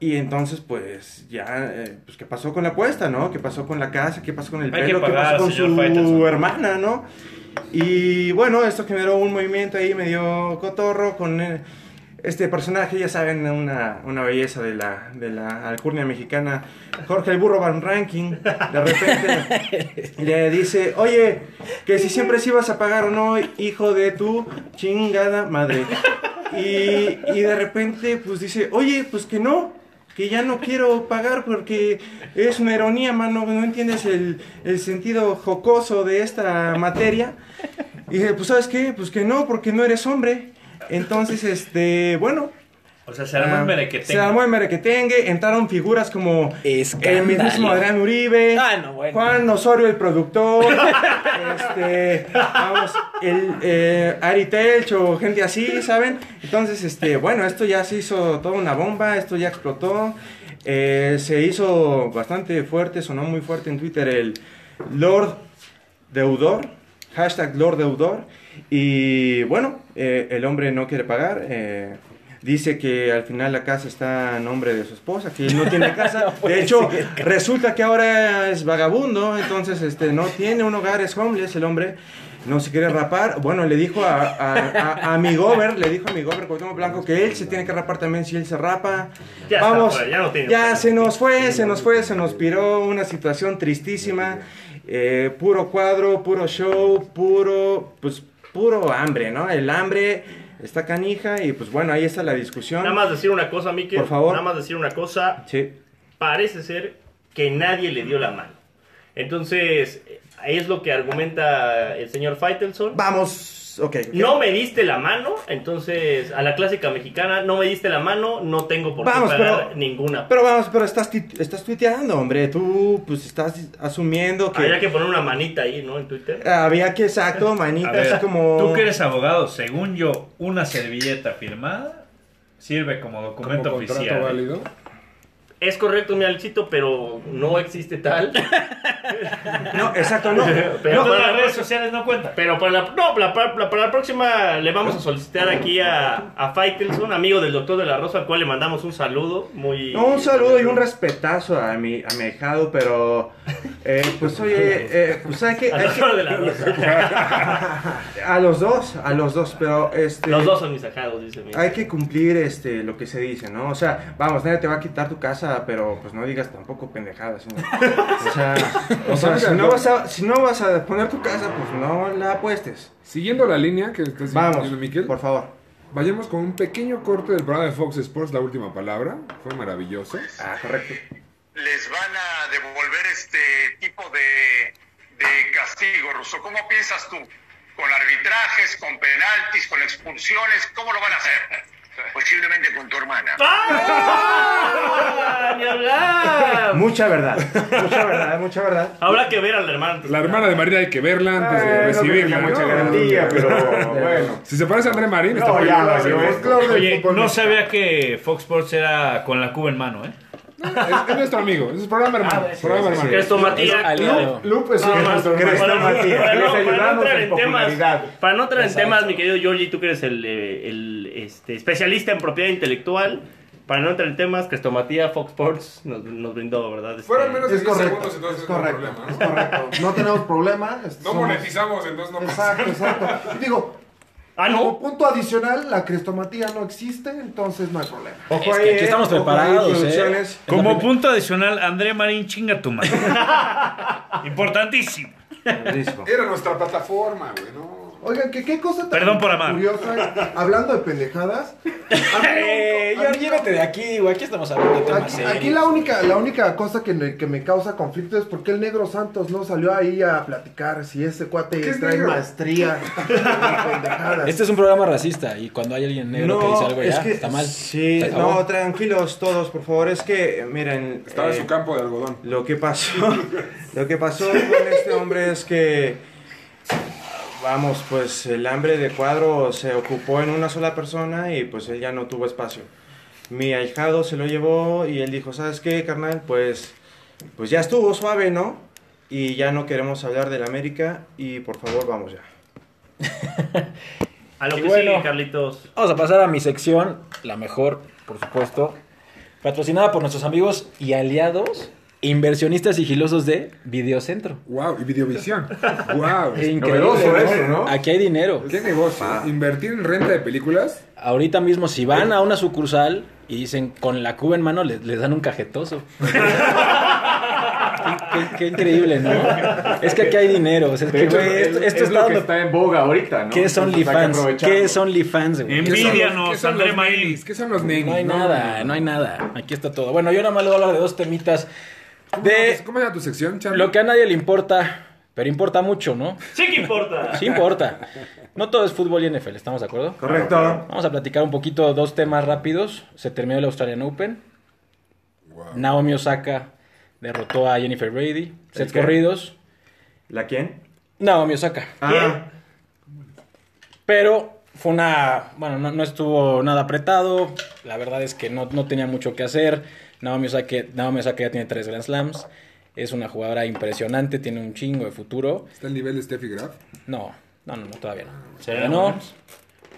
Y entonces pues ya, eh, pues qué pasó con la apuesta, ¿no? ¿Qué pasó con la casa? ¿Qué pasó con el
Hay que
pelo? ¿Qué
pagar,
pasó con
señor
su
Faitelson.
hermana, no? Y bueno, esto generó un movimiento ahí medio cotorro con eh, este personaje, ya saben, una, una belleza de la, de la alcurnia mexicana, Jorge el Burro Van Ranking, de repente le dice, oye, que si siempre sí vas a pagar o no, hijo de tu chingada madre. Y, y de repente pues dice, oye, pues que no, que ya no quiero pagar porque es una ironía, mano, no entiendes el, el sentido jocoso de esta materia. Y dije, pues ¿sabes qué? Pues que no, porque no eres hombre. Entonces, este, bueno.
O sea, se armó el
ah,
merequetengue.
Se armó el merequetengue, entraron figuras como
Escándalo.
el mismo Adrián Uribe,
Ah, no, bueno.
Juan Osorio el productor, este, vamos, el eh, Ari Telch o gente así, ¿saben? Entonces, este, bueno, esto ya se hizo toda una bomba, esto ya explotó, eh, se hizo bastante fuerte, sonó muy fuerte en Twitter el Lord Deudor, hashtag Lord Deudor, y bueno, eh, el hombre no quiere pagar, eh, Dice que al final la casa está a nombre de su esposa, que él no tiene casa. de hecho, resulta que ahora es vagabundo, entonces este no tiene un hogar, es homeless el hombre. No se quiere rapar. Bueno, le dijo a, a, a- a mi gober, le dijo a mi gober Cuauhtémoc Blanco que él se tiene que rapar también si él se rapa.
Ya está
Vamos,
fuera, ya no tiene
ya
opción.
Ah, se nos fue, se nos fue, se nos piró una situación tristísima. eh, puro cuadro, puro show, puro, pues, puro hambre, ¿no? El hambre está canija y pues bueno, ahí está la discusión.
Nada más decir una cosa, Miquel.
Por favor.
Nada más decir una cosa.
Sí.
Parece ser que nadie le dio la mano. Entonces, es lo que argumenta el señor Faitelson.
Vamos, ok. ok.
No me diste la mano, entonces a la clásica mexicana, no me diste la mano, no tengo por qué
Vamos,
pagar
pero-
ninguna.
Pero vamos, pero estás, tuit- estás tuiteando, hombre. Tú, pues, estás asumiendo que...
Habría que poner una manita ahí, ¿no? En Twitter.
Había que, exacto, manita,
A ver,
así como...
Tú que eres abogado, según yo, una servilleta firmada sirve como
Como
documento
contrato
oficial.
válido.
Es correcto, mi Alexito, pero no existe tal.
No, exacto, no.
Pero
No,
para las redes
sociales no cuenta.
Pero para la, no, para, para- para la próxima le vamos a solicitar aquí a, a Faitelson, amigo del doctor de la Rosa, al cual le mandamos un saludo muy...
No, un saludo y un respetazo a mi, a mi ahijado, pero eh, pues oye, eh, pues hay que,
Al
hay
doctor de
que-
la Rosa.
a los dos, a los dos, pero este
Los dos son mis ajados, dice mi.
hay que cumplir este lo que se dice, ¿no? O sea, vamos, nadie te va a quitar tu casa, pero pues no digas tampoco pendejadas. ¿no? O sea, o sea, si no vas a si no vas a poner tu casa, pues no la apuestes.
Siguiendo la línea que estás
Vamos,
diciendo, Miquel,
por favor.
vayamos con un pequeño corte del programa de Fox Sports, La Última Palabra. Fue maravilloso.
Ah, correcto.
les van a devolver este tipo de, de castigo, Ruso. ¿Cómo piensas tú? ¿Con arbitrajes, con penaltis, con expulsiones? ¿Cómo lo van a hacer? Posiblemente con tu hermana.
¡Ah! ¡Ni hablar!
Mucha verdad, mucha verdad, mucha verdad.
Habrá que ver al hermano.
La hermana de Marina hay que verla antes de
Eh, no creo que
recibirla.
haya mucha
¿no?
garantía, pero bueno.
Si se parece a André Marín, está
No,
muy
ya,
bien,
valió,
¿no?
es
Claro, del
Oye,
fútbol
no
mexicano.
sabía que Fox Sports era con la cuba en mano, ¿eh?
Es, es nuestro amigo, es un programa hermano. programa hermano.
Esto, Matías.
Es aliado.
Lupe es
Nada más,
nuestro
para,
hermano.
no- para no- para no entrar en temas,
popularidad.
para no entrar en
Exacto.
temas, mi querido Georgie, tú que eres el, eh, el, este, especialista en propiedad intelectual, para no entrar en temas, Crestomatía Fox Sports nos, nos brindó, ¿verdad? Este,
Fueron menos de
Es
10
correcto,
segundos, entonces
es
no hay
correcto,
problema, ¿no?
es correcto. No tenemos problema. este,
No
somos-
monetizamos, entonces no pasa.
Exacto, exacto. Digo,
Ah,
como
no.
punto adicional, la crestomatía no existe, entonces no hay problema.
Ojo
Es que
ahí,
aquí
eh,
estamos
ojo ahí,
preparados,
producciones.
¿eh?
Como punto adicional, André Marín, chinga tu madre. Importantísimo.
Buenísimo.
Era nuestra plataforma, güey, no.
Oigan, ¿qué, qué cosa tan
Perdón por amar.
curiosa. Hablando de pendejadas.
Eh, George, llévate de aquí, güey. Aquí estamos hablando de temas
Aquí,
serios.
aquí la única, la única cosa que, me- que me causa conflicto es por qué el negro Santos no salió ahí a platicar si ese cuate
¿Qué es
trae
negro?
maestría. Pendejadas.
Este es un programa racista y cuando hay alguien negro que dice algo ya, está mal.
Sí,
Se acabó.
no, tranquilos todos, por favor. Es que, eh, miren.
Estaba en
eh,
su campo de algodón.
Lo que pasó, lo que pasó con este hombre es que, vamos, pues el hambre de cuadro se ocupó en una sola persona y pues él ya no tuvo espacio. Mi ahijado se lo llevó y él dijo, ¿sabes qué, carnal? Pues, pues ya estuvo suave, ¿no? Y ya no queremos hablar del América y por favor vamos ya.
A lo
Y
que
bueno.
sigue, Carlitos.
Vamos a pasar a mi sección, la mejor, por supuesto, patrocinada por nuestros amigos y aliados, inversionistas sigilosos de Videocentro.
Wow, y Videovisión. Wow.
novedoso eso, ¿no?
Aquí hay dinero.
¿eh? ¿Qué negocio? ¿Invertir en renta de películas?
Ahorita mismo, si van a una sucursal y dicen con la cuba en mano, les, les dan un cajetoso. qué, qué- qué increíble, ¿no? Es que aquí hay dinero. o sea, es
De
que,
hecho,
güey,
es-
esto, esto
es
está
lo que
dando-
está en boga ahorita, ¿no?
¿Qué es
Entonces, hay que
OnlyFans? ¿Qué
aprovecharlo.
es OnlyFans, güey?
¿Qué son los-
Envidianos,
qué son los
André Maín.
nenis? ¿Qué son los nenis?
No hay nada, no hay nada. Aquí está todo. Bueno, yo nada más le voy a hablar de dos temitas. De
¿Cómo era tu sección, Charlie?
lo que a nadie le importa, pero importa mucho, ¿no?
Sí que importa.
Sí importa. No todo es fútbol y NFL, ¿estamos de acuerdo?
Correcto.
Vamos a platicar un poquito dos temas rápidos. Se terminó el Australian Open. Naomi Osaka derrotó a Jennifer Brady. Sets
qué?
corridos.
¿La quién?
Naomi Osaka.
Ah,
Pero fue una. Bueno, no, no estuvo nada apretado. La verdad es que no, no tenía mucho que hacer. Naomi Osaka, Naomi Osaka ya tiene tres Grand Slams. Es una jugadora impresionante, tiene un chingo de futuro.
¿Está el nivel de Steffi Graf?
No, no, no, no, todavía no.
¿Serena
no?
Williams?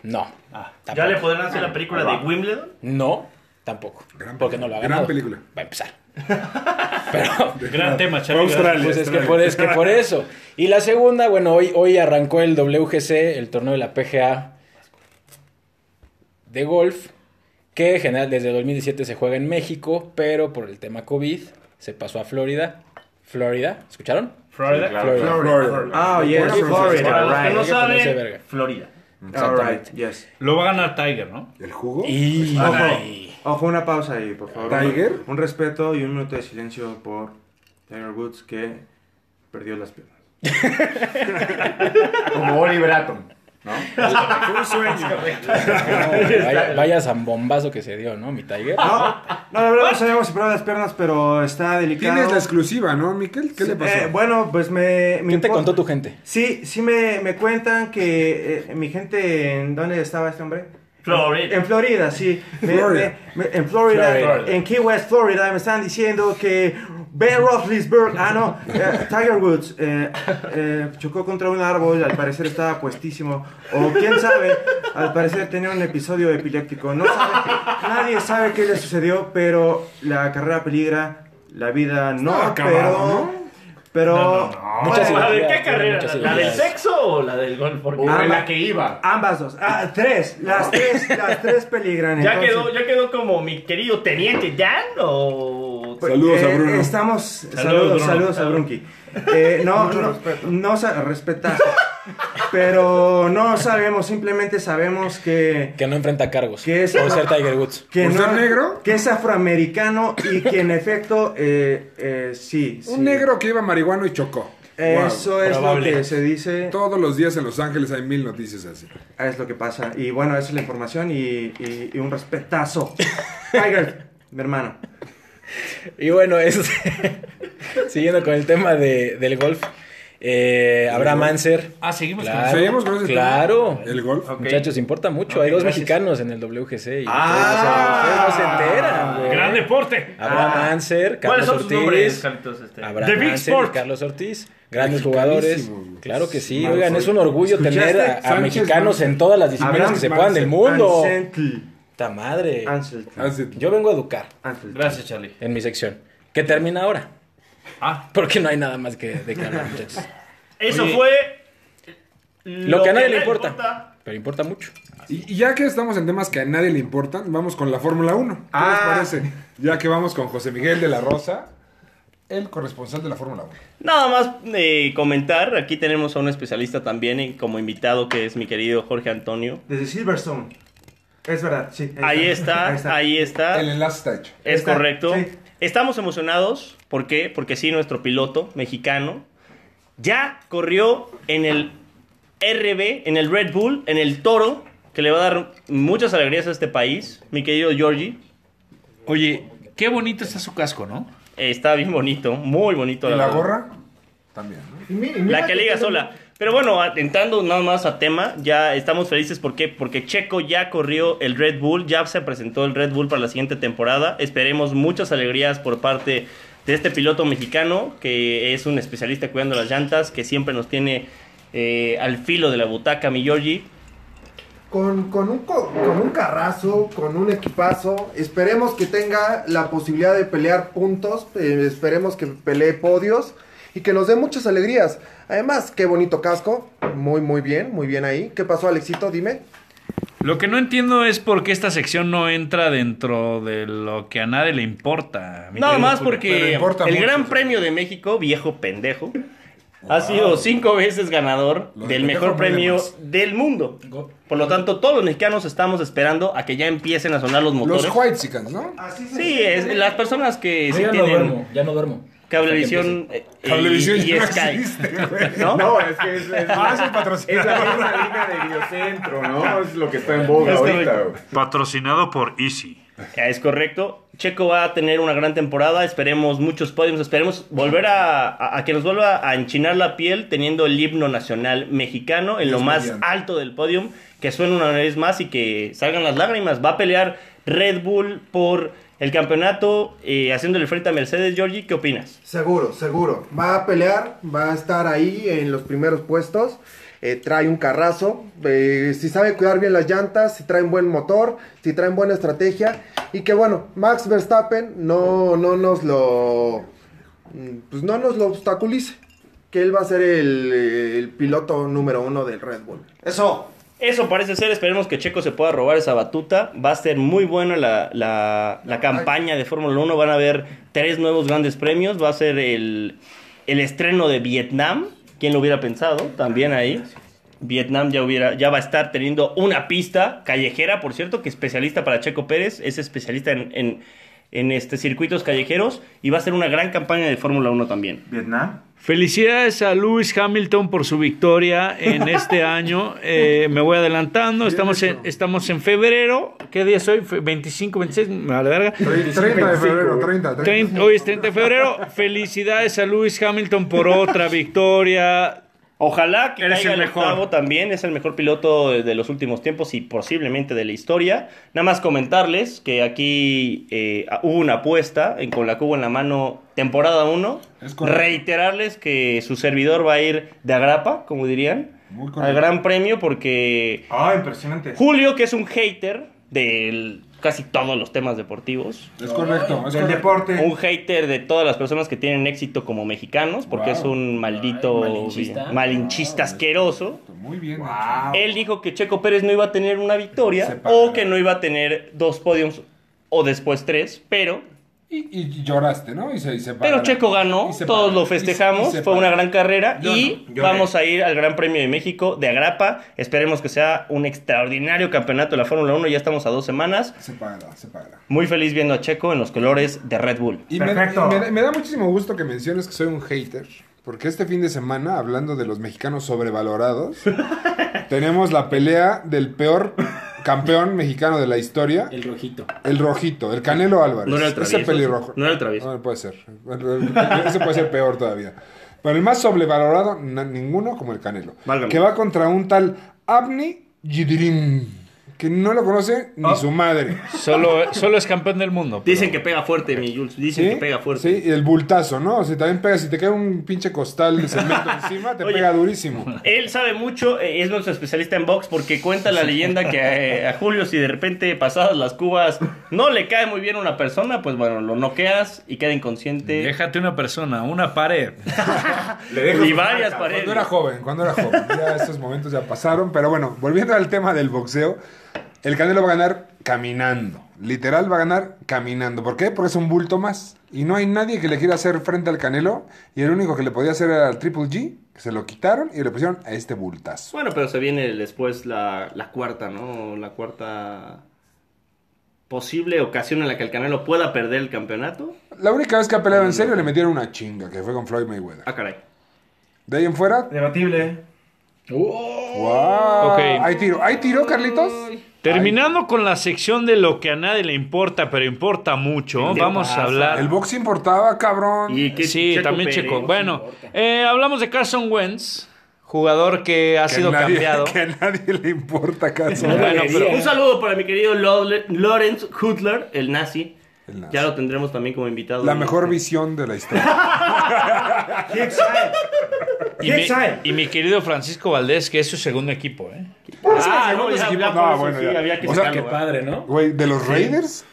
No. tampoco.
Ah, ¿Ya le podrán hacer la película de Wimbledon?
No, tampoco.
Gran
porque
película.
no lo ha
Gran
ganado.
película.
Va a empezar. Pero
Gran tema, Charlie.
pues es que, por, es que por eso. Y la segunda, bueno, hoy, hoy arrancó el WGC, el torneo de la PGA de golf, que en general desde 2017 se juega en México, pero por el tema COVID se pasó a Florida. Florida, ¿escucharon?
Florida.
Florida.
Ah,
oh, yes,
Buena
Para los que
Florida, right.
no
Hay que ponerse verga.
saben, Florida.
All right,
Exactamente.
yes.
Lo va a ganar Tiger, ¿no?
¿El jugo?
Y...
Ojo, ojo, Oh, una pausa ahí, por favor.
¿Tiger?
Un, un respeto y un minuto de silencio por Tiger Woods que perdió las piernas.
Como Oliver Atom, ¿no?
Un sueño.
No, vaya, vaya zambombazo que se dio, ¿no? Mi Tiger.
No, no, la verdad no sabemos si perdió las piernas, pero está delicado.
Tienes la exclusiva, ¿no, Miquel? ¿Qué le pasó?
Eh, bueno, pues me... me
¿Qué te
impo-
contó tu gente?
Sí, sí me, me cuentan que eh, mi gente, ¿en dónde estaba este hombre?
Florida.
En Florida, sí. Me-
Florida.
me- me- en Florida,
Florida.
en Key West, Florida, me están diciendo que Ben Roethlisberger, ah no, eh, Tiger Woods eh, eh, chocó contra un árbol, al parecer estaba puestísimo, o quién sabe, al parecer tenía un episodio epiléptico, no sabe, nadie sabe qué le sucedió, pero la carrera peligra, la vida no,
Estaba acabado,
pero...
¿no?
Pero...
Muchas
¿La de
ideas,
qué carrera?
muchas
¿La del
ideas.
sexo o la del golf? Porque-
O
Ah,
en
va.
la que iba.
Ambas dos. Ah, tres. Las tres, las tres peligran.
¿Ya
entonces.
quedó, ¿Ya quedó como mi querido teniente Dan o...?
Pues,
Saludos a
eh,
Bruno.
Estamos. Saludos, saludos,
Bruno.
a Brunki. Eh, no, no, no sa- respetazo. Pero no sabemos, simplemente sabemos que.
Que no enfrenta cargos.
¿Qué es?
Por ser Tiger Woods.
que
¿Por
no-
ser negro?
Que es afroamericano y que en efecto, eh, eh, sí, sí.
Un negro que iba marihuano y chocó.
Eso es
probable.
lo que se dice. ah,
Wow. Todos los días en Los Ángeles hay mil noticias así.
Es lo que pasa. Y bueno, esa es la información y, y- y un respetazo. Tiger, mi hermano.
Y bueno, es- siguiendo con el tema de- del golf, eh, Abraham Anser.
Ah, seguimos con
Seguimos con ese tema.
Claro.
El golf.
Muchachos, importa mucho. Hay dos mexicanos en el WGC. Y
Ah.
ustedes no se enteran, güey.
Gran deporte.
Abraham
Ah.
Anser, Eh,
¿Cuáles
Carlos
son sus nombres,
Ortiz.
Carlitos? Este?
Abraham
The Big
Anser y
Sport.
Carlos Ortiz. Grandes
Mexicanísimos,
jugadores.
güey.
Claro que sí.
Malos
Oigan, es un
hoy.
orgullo tener a- a,
Sánchez
mexicanos
Manser.
en todas las disciplinas
Abraham
que se puedan del
Manser-
mundo.
Anseltl.
¡Ta madre!
Anseltl.
Hace-
Yo vengo a educar
Anseltl.
Gracias, Charlie.
en mi sección. Que termina ahora.
Ah.
Porque no hay nada más que de que hablar, muchachos.
Eso
Oye.
fue...
Lo que a nadie le importa. Pero importa mucho.
Y y ya que estamos en temas que a nadie le importan, vamos con la Fórmula 1. ¿Qué les
Ah.
parece? Ya que vamos con José Miguel de la Rosa. el corresponsal de la Fórmula 1.
Nada más eh, comentar, aquí tenemos a un especialista también eh, como invitado que es mi querido Jorge Antonio.
Desde Silverstone. Es verdad, sí.
Ahí está, ahí está.
Ah.
El enlace está hecho.
Es
Está,
correcto. Estamos emocionados, ¿por qué? Porque sí, nuestro piloto mexicano ya corrió en el RB, en el Red Bull, en el Toro, que le va a dar muchas alegrías a este país, mi querido Georgie. Oye, qué bonito está su casco, ¿no? Está bien bonito, muy bonito.
¿Y la
verdad.
gorra? También. ¿no?
La que liga sola. Pero bueno, atentando nada más a tema, ya estamos felices ¿por qué? porque Checo ya corrió el Red Bull, ya se presentó el Red Bull para la siguiente temporada. Esperemos muchas alegrías por parte de este piloto mexicano, que es un especialista cuidando las llantas, que siempre nos tiene eh, al filo de la butaca, mi Giorgi.
Con, con, un, co- con un carrazo, con un equipazo. Esperemos que tenga la posibilidad de pelear puntos. eh, esperemos que pelee podios. Y que nos dé muchas alegrías. Además, qué bonito casco. Muy, muy bien, muy bien ahí. ¿Qué pasó, Alexito? Dime.
Lo que no entiendo es por qué esta sección no entra dentro de lo que a nadie le importa. mi
Nada
querido
más
Julio.
porque el Gran Premio de México, viejo pendejo, ha sido cinco veces ganador del
pendejos
mejor premio
podemos.
del mundo. Por lo tanto, todos los mexicanos estamos esperando a que ya empiecen a sonar los motores.
Los White Chickens, ¿no?
Ah.
Sí, es, las personas que
Yo
sí
ya no
tienen
duermo, ya no duermo.
cablevisión
Hasta que empiece.
eh, eh,
Cablevisión
y, y
ya no
Sky.
¿No?
¿No?
es que es, es, la-
Ah, es
es
un
la
patrocinador.
misma línea de Videocentro, ¿no? Es lo que está en boga
Es
ahorita.
correcto.
güey.
Patrocinado por Easy.
Eh, Es correcto. Checo va a tener una gran temporada. Esperemos muchos podios. Esperemos volver a, a- a que nos vuelva a enchinar la piel teniendo el himno nacional mexicano en lo
Dios
más
mediante.
alto del podium. Que suene una vez más y que salgan las lágrimas. Va a pelear Red Bull por el campeonato eh, haciéndole frente a Mercedes. Georgie, ¿qué opinas?
Seguro, seguro. Va a pelear, va a estar ahí en los primeros puestos. eh, trae un carrazo. eh, si sabe cuidar bien las llantas, si trae un buen motor, si trae buena estrategia. Y que bueno, Max Verstappen no, no nos lo. mm, Pues no nos lo obstaculice. Que él va a ser el, el piloto número uno del Red Bull.
Eso. Eso parece ser, esperemos que Checo se pueda robar esa batuta. Va a ser muy buena la, la- la campaña de Fórmula 1. Van a haber tres nuevos grandes premios. Va a ser el, el estreno de Vietnam. ¿Quién lo hubiera pensado? También ahí. Vietnam ya, hubiera, ya va a estar teniendo una pista callejera, por cierto, que especialista para Checo Pérez. Es especialista en, en- en, este, circuitos callejeros. Y va a ser una gran campaña de Fórmula 1 también.
¿Vietnam?
Felicidades a Lewis Hamilton por su victoria en este año. Eh, me voy adelantando. Estamos en, estamos en febrero. ¿Qué día es hoy? Fe- 25, 26, me vale verga.
30 de febrero, 30, 30.
Trein- hoy es 30 de febrero. Felicidades a Lewis Hamilton por otra victoria.
Ojalá que
Eres
caiga
el
el
mejor.
octavo también, es el mejor piloto de de los últimos tiempos y posiblemente de la historia. Nada más comentarles que aquí eh, hubo una apuesta en- con la cubo en la mano temporada 1.
correcto.
Reiterarles que su servidor va a ir de agrapa, como dirían, al Gran Premio porque
Ah, impresionante.
Julio, que es un hater de casi todos los temas deportivos.
Es correcto, es
Del
correcto.
deporte.
Un hater de todas las personas que tienen éxito como mexicanos, porque
Wow.
es un maldito
Ay, malinchista.
malinchista asqueroso.
Muy bien.
Él dijo que Checo Pérez no iba a tener una victoria o que no iba a tener dos podiums o después tres, pero,
Y, y lloraste, ¿no? Y se, y se
pero
pararon.
Checo ganó,
Y se
todos
para.
lo festejamos,
Y se- y se
fue
para.
una gran carrera
Yo
y
no, yo
vamos a ir al Gran Premio de México de Agrapa, esperemos que sea un extraordinario campeonato de la Fórmula 1, ya estamos a dos semanas,
Se para, se para.
muy feliz viendo a Checo en los colores de Red Bull.
Y me, y me- me da muchísimo gusto que menciones que soy un hater, porque este fin de semana, hablando de los mexicanos sobrevalorados, tenemos la pelea del peor campeón mexicano de la historia. El
rojito.
El rojito, el Canelo Álvarez.
No era el
ese
travieso,
pelirrojo.
sí. No era el travieso.
No, puede ser. Ese puede ser peor todavía. Pero el más sobrevalorado, na- ninguno como el Canelo.
Válgame.
Que va contra un tal Abni Yidirim. Que no lo conoce
Oh.
ni su madre.
Solo, solo es campeón del mundo.
Dicen que pega fuerte, mi Jules, dicen
¿Sí?
que pega fuerte.
Sí, y el bultazo, ¿no? O sea, también pega, si te cae un pinche costal de cemento encima, te pega durísimo.
Él sabe mucho, eh, es nuestro especialista en box porque cuenta la leyenda que eh, a Julio si de repente pasadas las cubas no le cae muy bien una persona, pues bueno, lo noqueas y queda inconsciente.
Déjate una persona, una pared.
y varias paredes.
Cuando era joven, cuando era joven. Ya esos momentos ya pasaron. Pero bueno, volviendo al tema del boxeo, el Canelo va a ganar caminando. Literal va a ganar caminando. ¿Por qué? Porque es un bulto más. y no hay nadie que le quiera hacer frente al Canelo. Y el único que le podía hacer era al Triple G, que se lo quitaron y le pusieron a este bultazo.
Bueno, pero se viene después la, la cuarta, ¿no? La cuarta posible ocasión en la que el Canelo pueda perder el campeonato.
La única vez que ha peleado en serio le metieron una chinga, que fue con Floyd Mayweather.
Ah, caray.
De ahí en fuera.
Debatible.
¡Oh!
¡Wow!
Ok.
Ahí tiro, ahí tiro, Carlitos.
Terminando con la sección de lo que a nadie le importa, pero importa mucho,
¿Qué
vamos
pasa?
a hablar.
El box importaba, cabrón.
sí, también Checo. Bueno, eh, hablamos de Carson Wentz, jugador que ha
Que
sido
nadie-
cambiado.
Que a nadie le importa, Carson.
Bueno, pero-
¿eh? Un saludo para mi querido Lo- Lawrence Hutler, el nazi. Ya lo tendremos también como invitado.
La mejor visión de la historia.
Y mi, y mi querido Francisco Valdés, que es su segundo equipo, ¿eh?
Ah, no, ya- ya por eso sí,
ya.
había que
O sea,
sacarlo,
qué
¿verdad?
padre, ¿no?
Güey, ¿de los
Sí.
Raiders?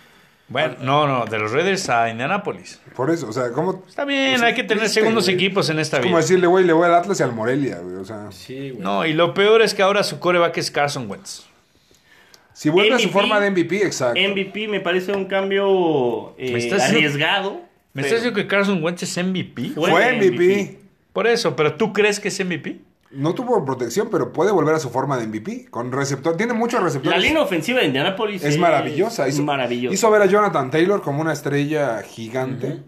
Bueno, no, no, de los Raiders a Indianapolis.
Por eso, o sea, ¿cómo?
Está bien,
O sea,
hay que tener
triste,
segundos
güey.
equipos en esta
Es como
vida.
decirle, güey, le voy al Atlas y al Morelia, güey. O sea,
No, y lo peor es que ahora su coreback es Carson Wentz.
si vuelve a su
MVP,
forma de MVP, exacto.
MVP me parece un cambio eh,
¿Me estás diciendo-
arriesgado.
¿Me
pero-
estás diciendo que Carson Wentz es MVP?
Fue Fue MVP. MVP.
Por eso, pero ¿tú crees que es MVP?
No tuvo protección, pero puede volver a su forma de MVP. Con receptor, tiene muchos
La
receptores.
línea ofensiva de Indianapolis
es maravillosa. Hizo,
maravillosa.
hizo ver a Jonathan Taylor como una estrella gigante. Y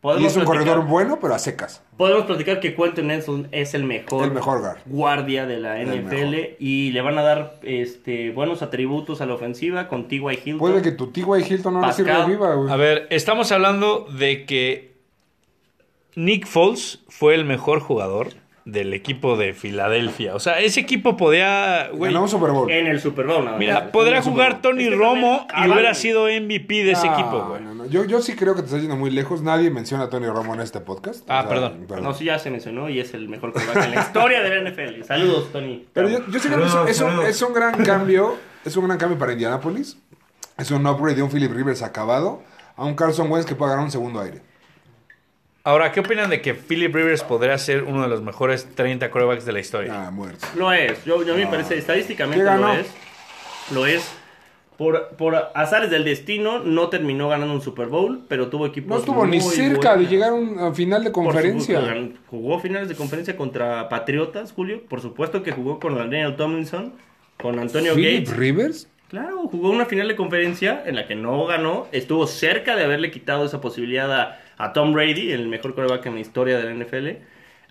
Podemos
es un
platicar-
corredor bueno, pero a secas.
Podemos platicar que Quentin Nelson es el mejor,
El mejor guard.
guardia de la
El
NFL y le van a dar este, buenos atributos a la ofensiva con T.Y. Hilton.
Puede que tu T.Y. Hilton no lo
Pascal.
sirva viva, güey.
A ver, estamos hablando de que Nick Foles fue el mejor jugador del equipo de Filadelfia. O sea, ese equipo podía... güey,
Ganó un Super Bowl.
En el Super Bowl, nada más.
mira, podrá jugar Tony Romo y hubiera sido MVP de ese
Ah,
equipo, güey.
no, no. Yo, yo sí creo que te estás yendo muy lejos. Nadie menciona a Tony Romo en este podcast.
Ah,
O sea,
perdón.
No, sí, ya se mencionó y es el mejor quarterback en la historia de la NFL. Saludos, Tony.
Pero yo, yo sí creo que es, un- es un,
Saludos.
es un gran cambio. Es un gran cambio para Indianapolis. Es un upgrade de un Philip Rivers acabado a un Carson Wentz que puede ganar un segundo aire.
Ahora, ¿qué opinan de que Philip Rivers podría ser uno de los mejores 30 corebacks de la historia?
Ah, muerto.
Lo es. Yo, yo a mí me
Ah.
parece, estadísticamente
¿Qué ganó?
lo es. Lo es. Por, por azares del destino, no terminó ganando un Super Bowl, pero tuvo equipos
No estuvo ni
Pues muy
cerca de
buenos.
llegar a una final de
Por
conferencia.
supuesto, gan- jugó finales de conferencia contra Patriotas, Julio. Por supuesto que jugó con Daniel Tomlinson, con Antonio
¿Philip
Gates.
Rivers?
Claro, jugó una final de conferencia en la que no ganó. Estuvo cerca de haberle quitado esa posibilidad a, a Tom Brady, el mejor coreback en la historia de la NFL.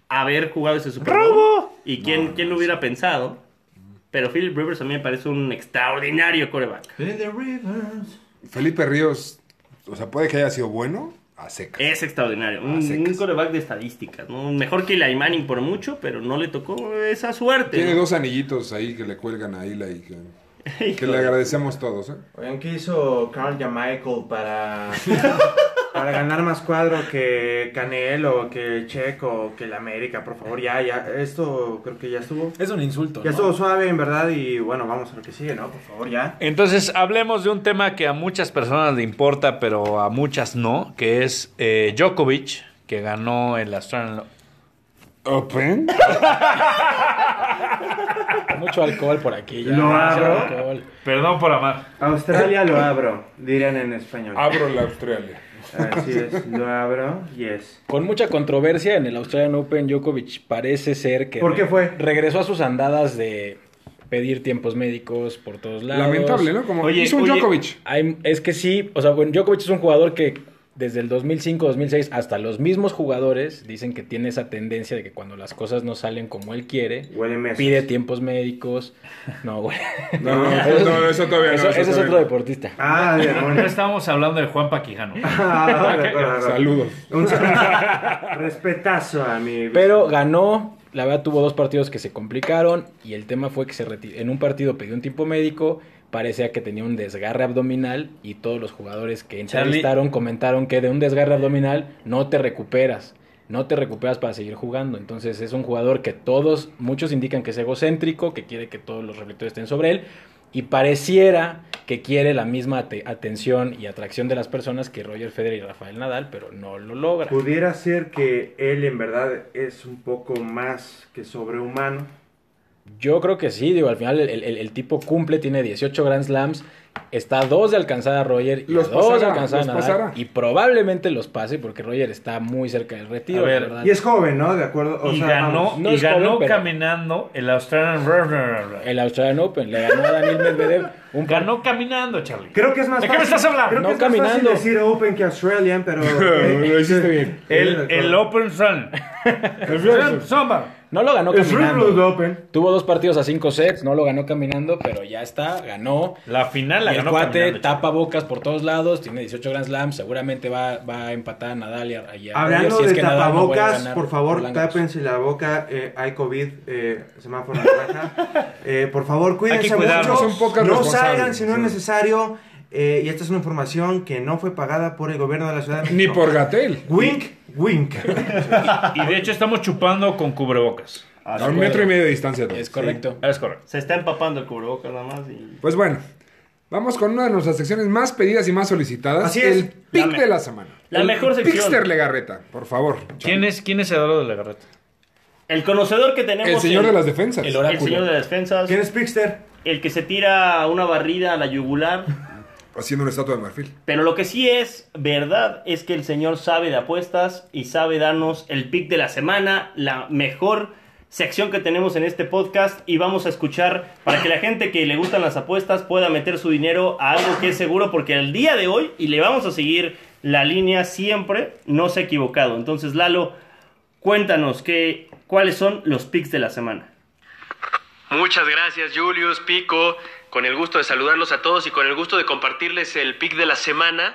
Haber jugado ese Super Bowl. ¿Y quién, quién lo hubiera pensado? Pero Philip Rivers a mí me parece un extraordinario coreback.
¿Eh? Felipe Ríos, o sea, puede que haya sido bueno a secas.
Es extraordinario. Un, un coreback de estadísticas. ¿no? Mejor que Eli Manning por mucho, pero no le tocó esa suerte.
Tiene
¿no?
dos anillitos ahí que le cuelgan a Eli y que, que le agradecemos todos. ¿eh?
Oigan, ¿qué hizo Carl Jamichael para, para ganar más cuadro que Canelo, que Checo, que la América? Por favor, ya, ya, esto creo que ya estuvo.
Es un insulto. ¿no?
Ya estuvo suave, en verdad, y bueno, vamos a lo que sigue, ¿no? Por favor, ya.
Entonces, hablemos de un tema que a muchas personas le importa, pero a muchas no, que es eh, Djokovic, que ganó el Australian
Open.
Mucho alcohol por aquí. Ya,
Lo
Mucho
abro.
alcohol.
Perdón por amar.
Australia lo abro, dirían en español.
Abro la Australia.
Así es, lo abro, yes.
Con mucha controversia en el Australian Open, Djokovic parece ser que.
¿Por qué fue?
Regresó a sus andadas de pedir tiempos médicos por todos lados.
Lamentable, ¿no? Como Oye, hizo un oye. Djokovic.
Hay- es que sí, o sea, bueno, Djokovic es un jugador que desde el 2005-2006 hasta los mismos jugadores dicen que tiene esa tendencia de que cuando las cosas no salen como él quiere,
Huele meses.
pide tiempos médicos. No, güey.
No, no, no, eso todavía no,
Eso,
eso
ese es
todavía
otro
no.
deportista.
Ah, de Ah,
No estábamos hablando de Juan Paquijano.
Saludos.
Un sal- respetazo a mi...
Pero ganó, la verdad tuvo dos partidos que se complicaron y el tema fue que se reti- en un partido pidió un tiempo médico, parecía que tenía un desgarre abdominal y todos los jugadores que
Charlie.
entrevistaron comentaron que de un desgarre abdominal no te recuperas, no te recuperas para seguir jugando. Entonces es un jugador que todos, muchos indican que es egocéntrico, que quiere que todos los reflectores estén sobre él y pareciera que quiere la misma ate- atención y atracción de las personas que Roger Federer y Rafael Nadal, pero no lo logra.
Pudiera ser que él en verdad es un poco más que sobrehumano
Yo creo que sí, digo, al final el, el- el tipo cumple, tiene 18 Grand Slams, está a dos de alcanzar a Roger y
Los
a dos de
pasará,
alcanzar a
los
Nadal,
pasará.
y probablemente los pase porque Roger está muy cerca del retiro.
A ver,
la verdad.
Y es joven, ¿no? De acuerdo. O
y
sea,
ganó,
vamos.
y ganó caminando el Australian
El Australian Open, le ganó a Daniel Medvedev. Un
ganó caminando, Charlie.
Creo que es más
¿De qué me
fácil-
estás hablando?
Creo que
No
es más fácil
caminando.
decir Open que Australian, pero...
Lo hiciste bien.
El, el Open Run.
French No lo ganó
El French
caminando.
Open.
Tuvo dos partidos a cinco sets, no lo ganó caminando, pero ya está, ganó.
La final la
Y el
ganó
cuate
caminando.
tapa bocas por todos lados, tiene 18 Grand Slams, seguramente va, va a empatar a Nadal y a, y a
Hablando
Roger, si es
de
que Nadal no vuelve a
tapabocas,
ganar
por favor,
Roland Garros.
tápense la boca. eh, hay COVID, eh, semáforo naranja. Eh, por favor, cuídense mucho.
cuidarnos, son pocas
no
responsables.
salgan si no es necesario. eh, y esta es una información que no fue pagada por el gobierno de la Ciudad de
Ni
México.
por Gatel.
Wink, wink.
Y de hecho estamos chupando con cubrebocas.
Ah.
Ah,
A un metro y medio de distancia. todos.
Es correcto.
Es correcto.
Se está empapando el cubrebocas nada más y...
Pues bueno, vamos con una de nuestras secciones más pedidas y más solicitadas.
Así es.
El pick
La me-
de la semana.
la
El
mejor sección.
Pixter Legarreta, por favor.
¿Quién es, ¿Quién es Eduardo de la Garreta?
El conocedor que tenemos...
El señor de las defensas.
El
El
oráculo.
señor de las defensas.
¿Quién es Pixter?
El que se tira una barrida a la yugular.
Haciendo una estatua de marfil.
Pero lo que sí es verdad es que el señor sabe de apuestas y sabe darnos el pick de la semana, la mejor sección que tenemos en este podcast y vamos a escuchar para que la gente que le gustan las apuestas pueda meter su dinero a algo que es seguro porque el día de hoy y le vamos a seguir la línea siempre no se ha equivocado. Entonces Lalo, cuéntanos que, cuáles son los picks de la semana.
Muchas gracias, Julius, Pico. Con el gusto de saludarlos a todos y con el gusto de compartirles el pick de la semana.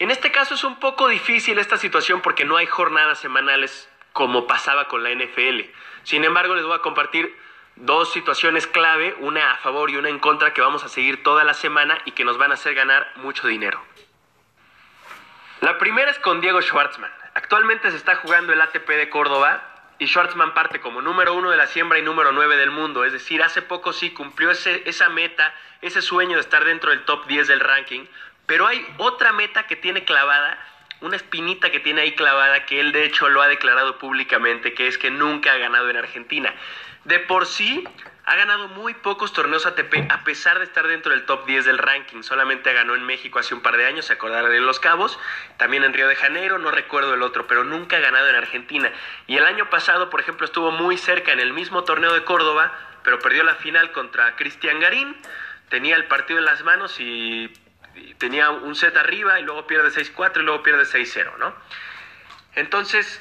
En este caso es un poco difícil esta situación porque no hay jornadas semanales como pasaba con la NFL. Sin embargo, les voy a compartir dos situaciones clave, una a favor y una en contra que vamos a seguir toda la semana y que nos van a hacer ganar mucho dinero. La primera es con Diego Schwartzman. Actualmente se está jugando el ATP de Córdoba y Schwartzman parte como número uno de la siembra y número nueve del mundo. Es decir, hace poco sí cumplió ese- esa meta, ese sueño de estar dentro del top 10 del ranking. Pero hay otra meta que tiene clavada, una espinita que tiene ahí clavada, que él de hecho lo ha declarado públicamente, que es que nunca ha ganado en Argentina. De por sí, ha ganado muy pocos torneos ATP, a pesar de estar dentro del top 10 del ranking. Solamente ganó en México hace un par de años, se acordarán en Los Cabos, también en Río de Janeiro, no recuerdo el otro, pero nunca ha ganado en Argentina. Y el año pasado, por ejemplo, estuvo muy cerca en el mismo torneo de Córdoba, pero perdió la final contra Cristian Garín. Tenía el partido en las manos y, y tenía un set arriba, y luego pierde 6-4 y luego pierde 6-0, ¿no? Entonces,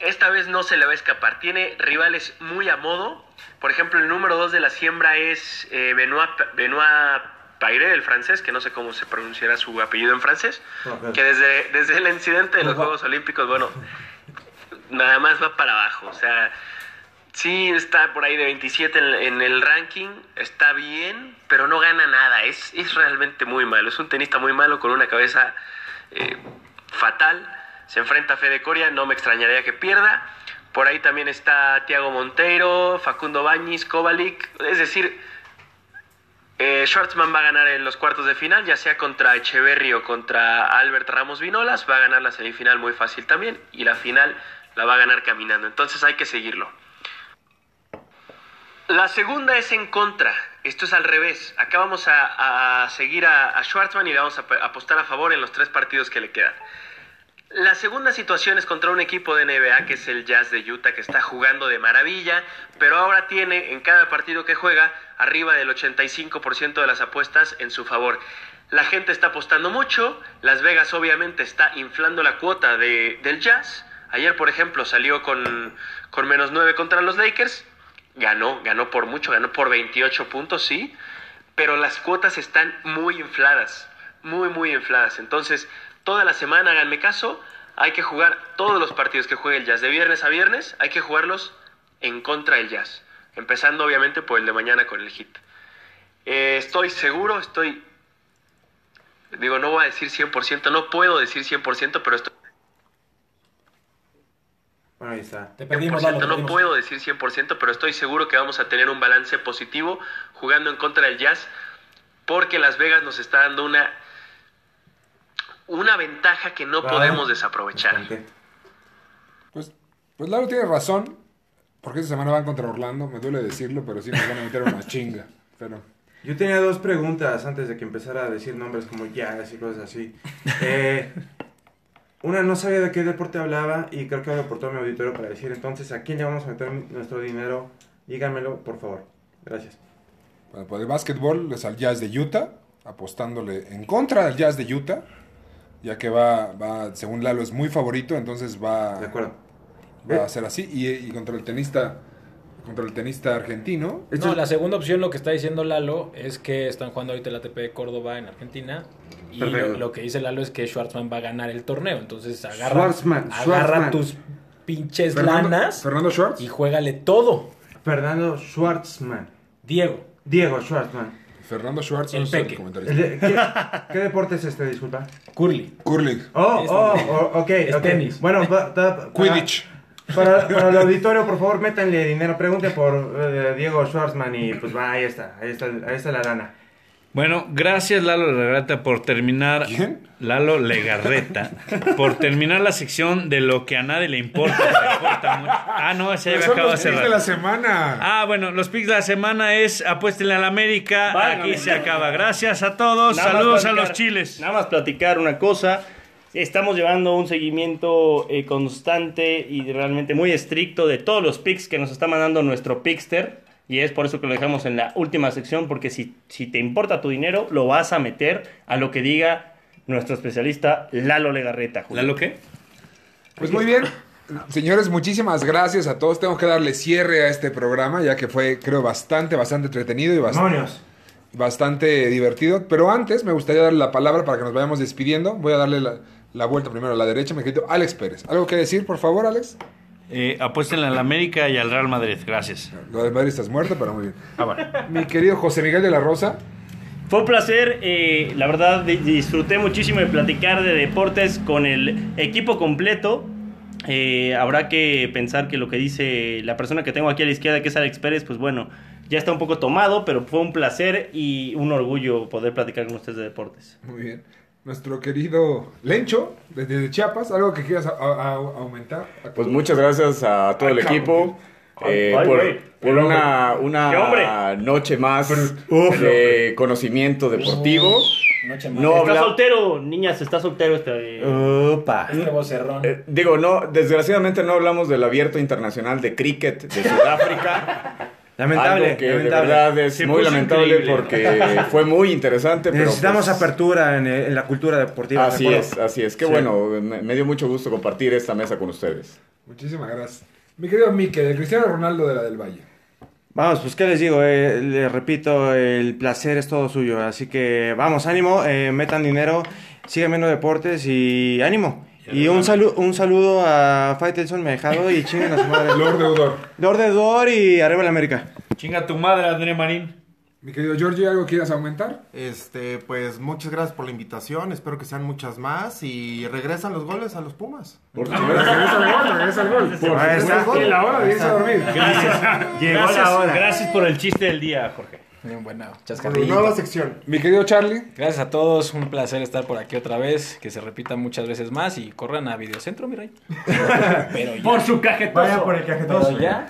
esta vez no se le va a escapar. Tiene rivales muy a modo. Por ejemplo, el número 2 de la siembra es eh, Benoit, Benoit Paire, el francés, que no sé cómo se pronunciará su apellido en francés, que desde, desde el incidente de los Juegos Olímpicos, bueno, nada más va para abajo. O sea, sí está por ahí de 27 en, en el ranking, está bien, pero no gana nada. Es, es realmente muy malo. Es un tenista muy malo con una cabeza eh, fatal. Se enfrenta a Fede Coria, no me extrañaría que pierda. Por ahí también está Tiago Monteiro, Facundo Bañiz, Kovalik. Es decir, eh, Schwartzman va a ganar en los cuartos de final, ya sea contra Echeverry o contra Albert Ramos Vinolas. Va a ganar la semifinal muy fácil también y la final la va a ganar caminando. Entonces hay que seguirlo. La segunda es en contra. Esto es al revés. Acá vamos a, a seguir a, a Schwartzman y le vamos a pe- apostar a favor en los tres partidos que le quedan. La segunda situación es contra un equipo de NBA que es el Jazz de Utah, que está jugando de maravilla, pero ahora tiene en cada partido que juega arriba del 85% de las apuestas en su favor. La gente está apostando mucho, Las Vegas obviamente está inflando la cuota de- del Jazz. Ayer, por ejemplo, salió con, con menos 9 contra los Lakers, ganó, ganó por mucho, ganó por 28 puntos, sí, pero las cuotas están muy infladas, muy, muy infladas. Entonces, toda la semana, háganme caso, hay que jugar todos los partidos que juegue el Jazz, de viernes a viernes, hay que jugarlos en contra del Jazz, empezando obviamente por el de mañana con el hit. estoy seguro, estoy... Digo, no voy a decir 100%, no puedo decir 100%, pero estoy...
Bueno, ahí está.
Te pedimos,
100%,
Lalo, te
no
pedimos.
puedo decir 100%, pero estoy seguro que vamos a tener un balance positivo jugando en contra del Jazz, porque Las Vegas nos está dando una una ventaja que no
Claro.
podemos desaprovechar.
Conté.
Pues Lalo tiene pues razón. Porque esta semana van contra Orlando, me duele decirlo, pero sí nos van a meter una chinga. Pero
Yo tenía dos preguntas antes de que empezara a decir nombres como llagas y cosas así. Eh, una no sabía de qué deporte hablaba y creo que ahora por todo mi auditorio para decir entonces a quién le vamos a meter nuestro dinero. Díganmelo, por favor. Gracias.
Para poder pues básquetbol es al Jazz de Utah, apostándole en contra del Jazz de Utah, ya que va, va según Lalo, es muy favorito, entonces va, de
acuerdo.
va a ser así. Y, y contra el tenista contra el tenista argentino.
No, la segunda opción, lo que está diciendo Lalo, es que están jugando ahorita el ATP de Córdoba en Argentina. Y
Perfecto.
lo, lo que dice Lalo es que Schwartzman va a ganar el torneo. Entonces agarra,
Schwartzman,
agarra
Schwartzman.
tus pinches
Fernando-
lanas
Fernando Schwartz.
y juégale todo.
Fernando Schwartzman.
Diego.
Diego Schwartzman.
Fernando Schwartz
El
es el
Peque.
comentarista.
¿Qué, qué deporte es este? Disculpa.
Curly.
Curling.
Oh,
Es
oh,
tenis.
oh, ok,
Es
ok.
tenis.
Bueno, pa- ta- para-
Quidditch.
Para, para el auditorio, por favor, métanle dinero. Pregunte por eh, Diego Schwartzman y pues va, ahí está, ahí está, ahí está la lana.
Bueno, gracias Lalo Legarreta por terminar. Lalo Legarreta. por terminar la sección de lo que a nadie le importa. le importa mucho. Ah, no, se había
Pero son
acabado
los
hace
picks de
rato.
la semana.
Ah, bueno, los picks de la semana es apuéstenle al América.
Válgame.
Aquí se acaba. Gracias a todos.
Nada más
Saludos a
platicar-
los chiles.
Nada más platicar una cosa. Estamos llevando un seguimiento eh, constante y realmente muy estricto de todos los picks que nos está mandando nuestro Pickster. Y es por eso que lo dejamos en la última sección, porque si, si te importa tu dinero, lo vas a meter a lo que diga nuestro especialista Lalo Legarreta. ¿Lalo
qué?
Pues muy bien. Señores, muchísimas gracias a todos. Tengo que darle cierre a este programa, ya que fue, creo, bastante, bastante entretenido y bastante,
Demonios.
bastante divertido. Pero antes me gustaría darle la palabra para que nos vayamos despidiendo. Voy a darle la, la vuelta primero a la derecha. Me escrito Alex Pérez. ¿Algo que decir, por favor, Alex?
Eh, apuéstenle al América y al Real Madrid. Gracias.
Lo de Madrid estás muerto, pero muy bien. Mi querido José Miguel de la Rosa.
Fue un placer, eh, la verdad di- disfruté muchísimo de platicar de deportes con el equipo completo. Eh, habrá que pensar que lo que dice la persona que tengo aquí a la izquierda, que es Alex Pérez, pues bueno, ya está un poco tomado, pero fue un placer y un orgullo poder platicar con ustedes de deportes.
Muy bien. Nuestro querido Lencho, desde Chiapas. ¿Algo que quieras a- a- a- aumentar?
Pues muchas gracias a
Ah,
todo el
cabrón.
equipo eh,
Ay,
por,
güey.
por
El hombre.
una,
¡Qué
una
hombre!
noche más
Uf.
de conocimiento deportivo. No
está
habla-
soltero, niñas, está soltero este.
Uh,
eh,
Opa. Eh, digo, no, desgraciadamente no hablamos del abierto internacional de cricket de Sudáfrica.
Lamentable,
Algo que
lamentable.
de verdad es
Se
muy
puso
lamentable
increíble.
porque fue muy interesante. pero
Necesitamos
pues,
apertura en, eh, en la cultura deportiva. ¿de
Así
acuerdo?
es, así es. Qué
Sí.
bueno, me, me dio mucho gusto compartir esta mesa con ustedes.
Muchísimas gracias. Mi querido Mike, de Cristiano Ronaldo de la del Valle.
Vamos, pues qué les digo, eh, les repito, el placer es todo suyo, así que vamos, ánimo, eh, metan dinero, sigan viendo deportes y ánimo. Y un, salu- un saludo a Faitelson Mejado y chinguen a su madre.
Lord Deudor.
Lord Deudor y arriba la América.
Chinga tu madre, André Marín.
Mi querido Giorgio, ¿algo quieras aumentar?
Este, pues muchas gracias por la invitación, espero que sean muchas más y regresan los goles a los Pumas.
Por Regresa al gol, regresa al gol. Por
Ahí está.
supuesto, y la hora de irse a dormir.
Gracias.
Llegó la
Gracias-
hora.
Gracias por el chiste del día, Jorge.
Bueno,
sección. Mi querido Charlie.
Gracias a todos, un placer estar por aquí otra vez, que se repita muchas veces más y corran a Videocentro, mi rey. Pero ya.
Por su cajetoso.
Vaya por el cajetoso. Pero ya.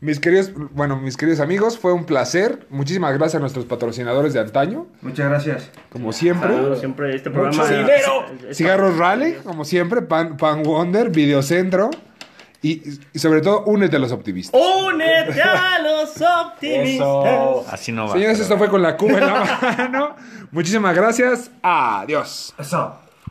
Mis queridos, bueno, mis queridos amigos, fue un placer. Muchísimas gracias a nuestros patrocinadores de antaño,
Muchas gracias.
como siempre.
saludos, siempre este programa.
Mucho dinero. Cigarros Rally, como siempre, Pan, Pan Wonder, Videocentro y, y sobre todo únete a los optimistas.
Únete a los optimistas.
Así
Oh,
no
Señores, esto fue con la Cuba en la mano. Muchísimas gracias. Adiós.
Eso.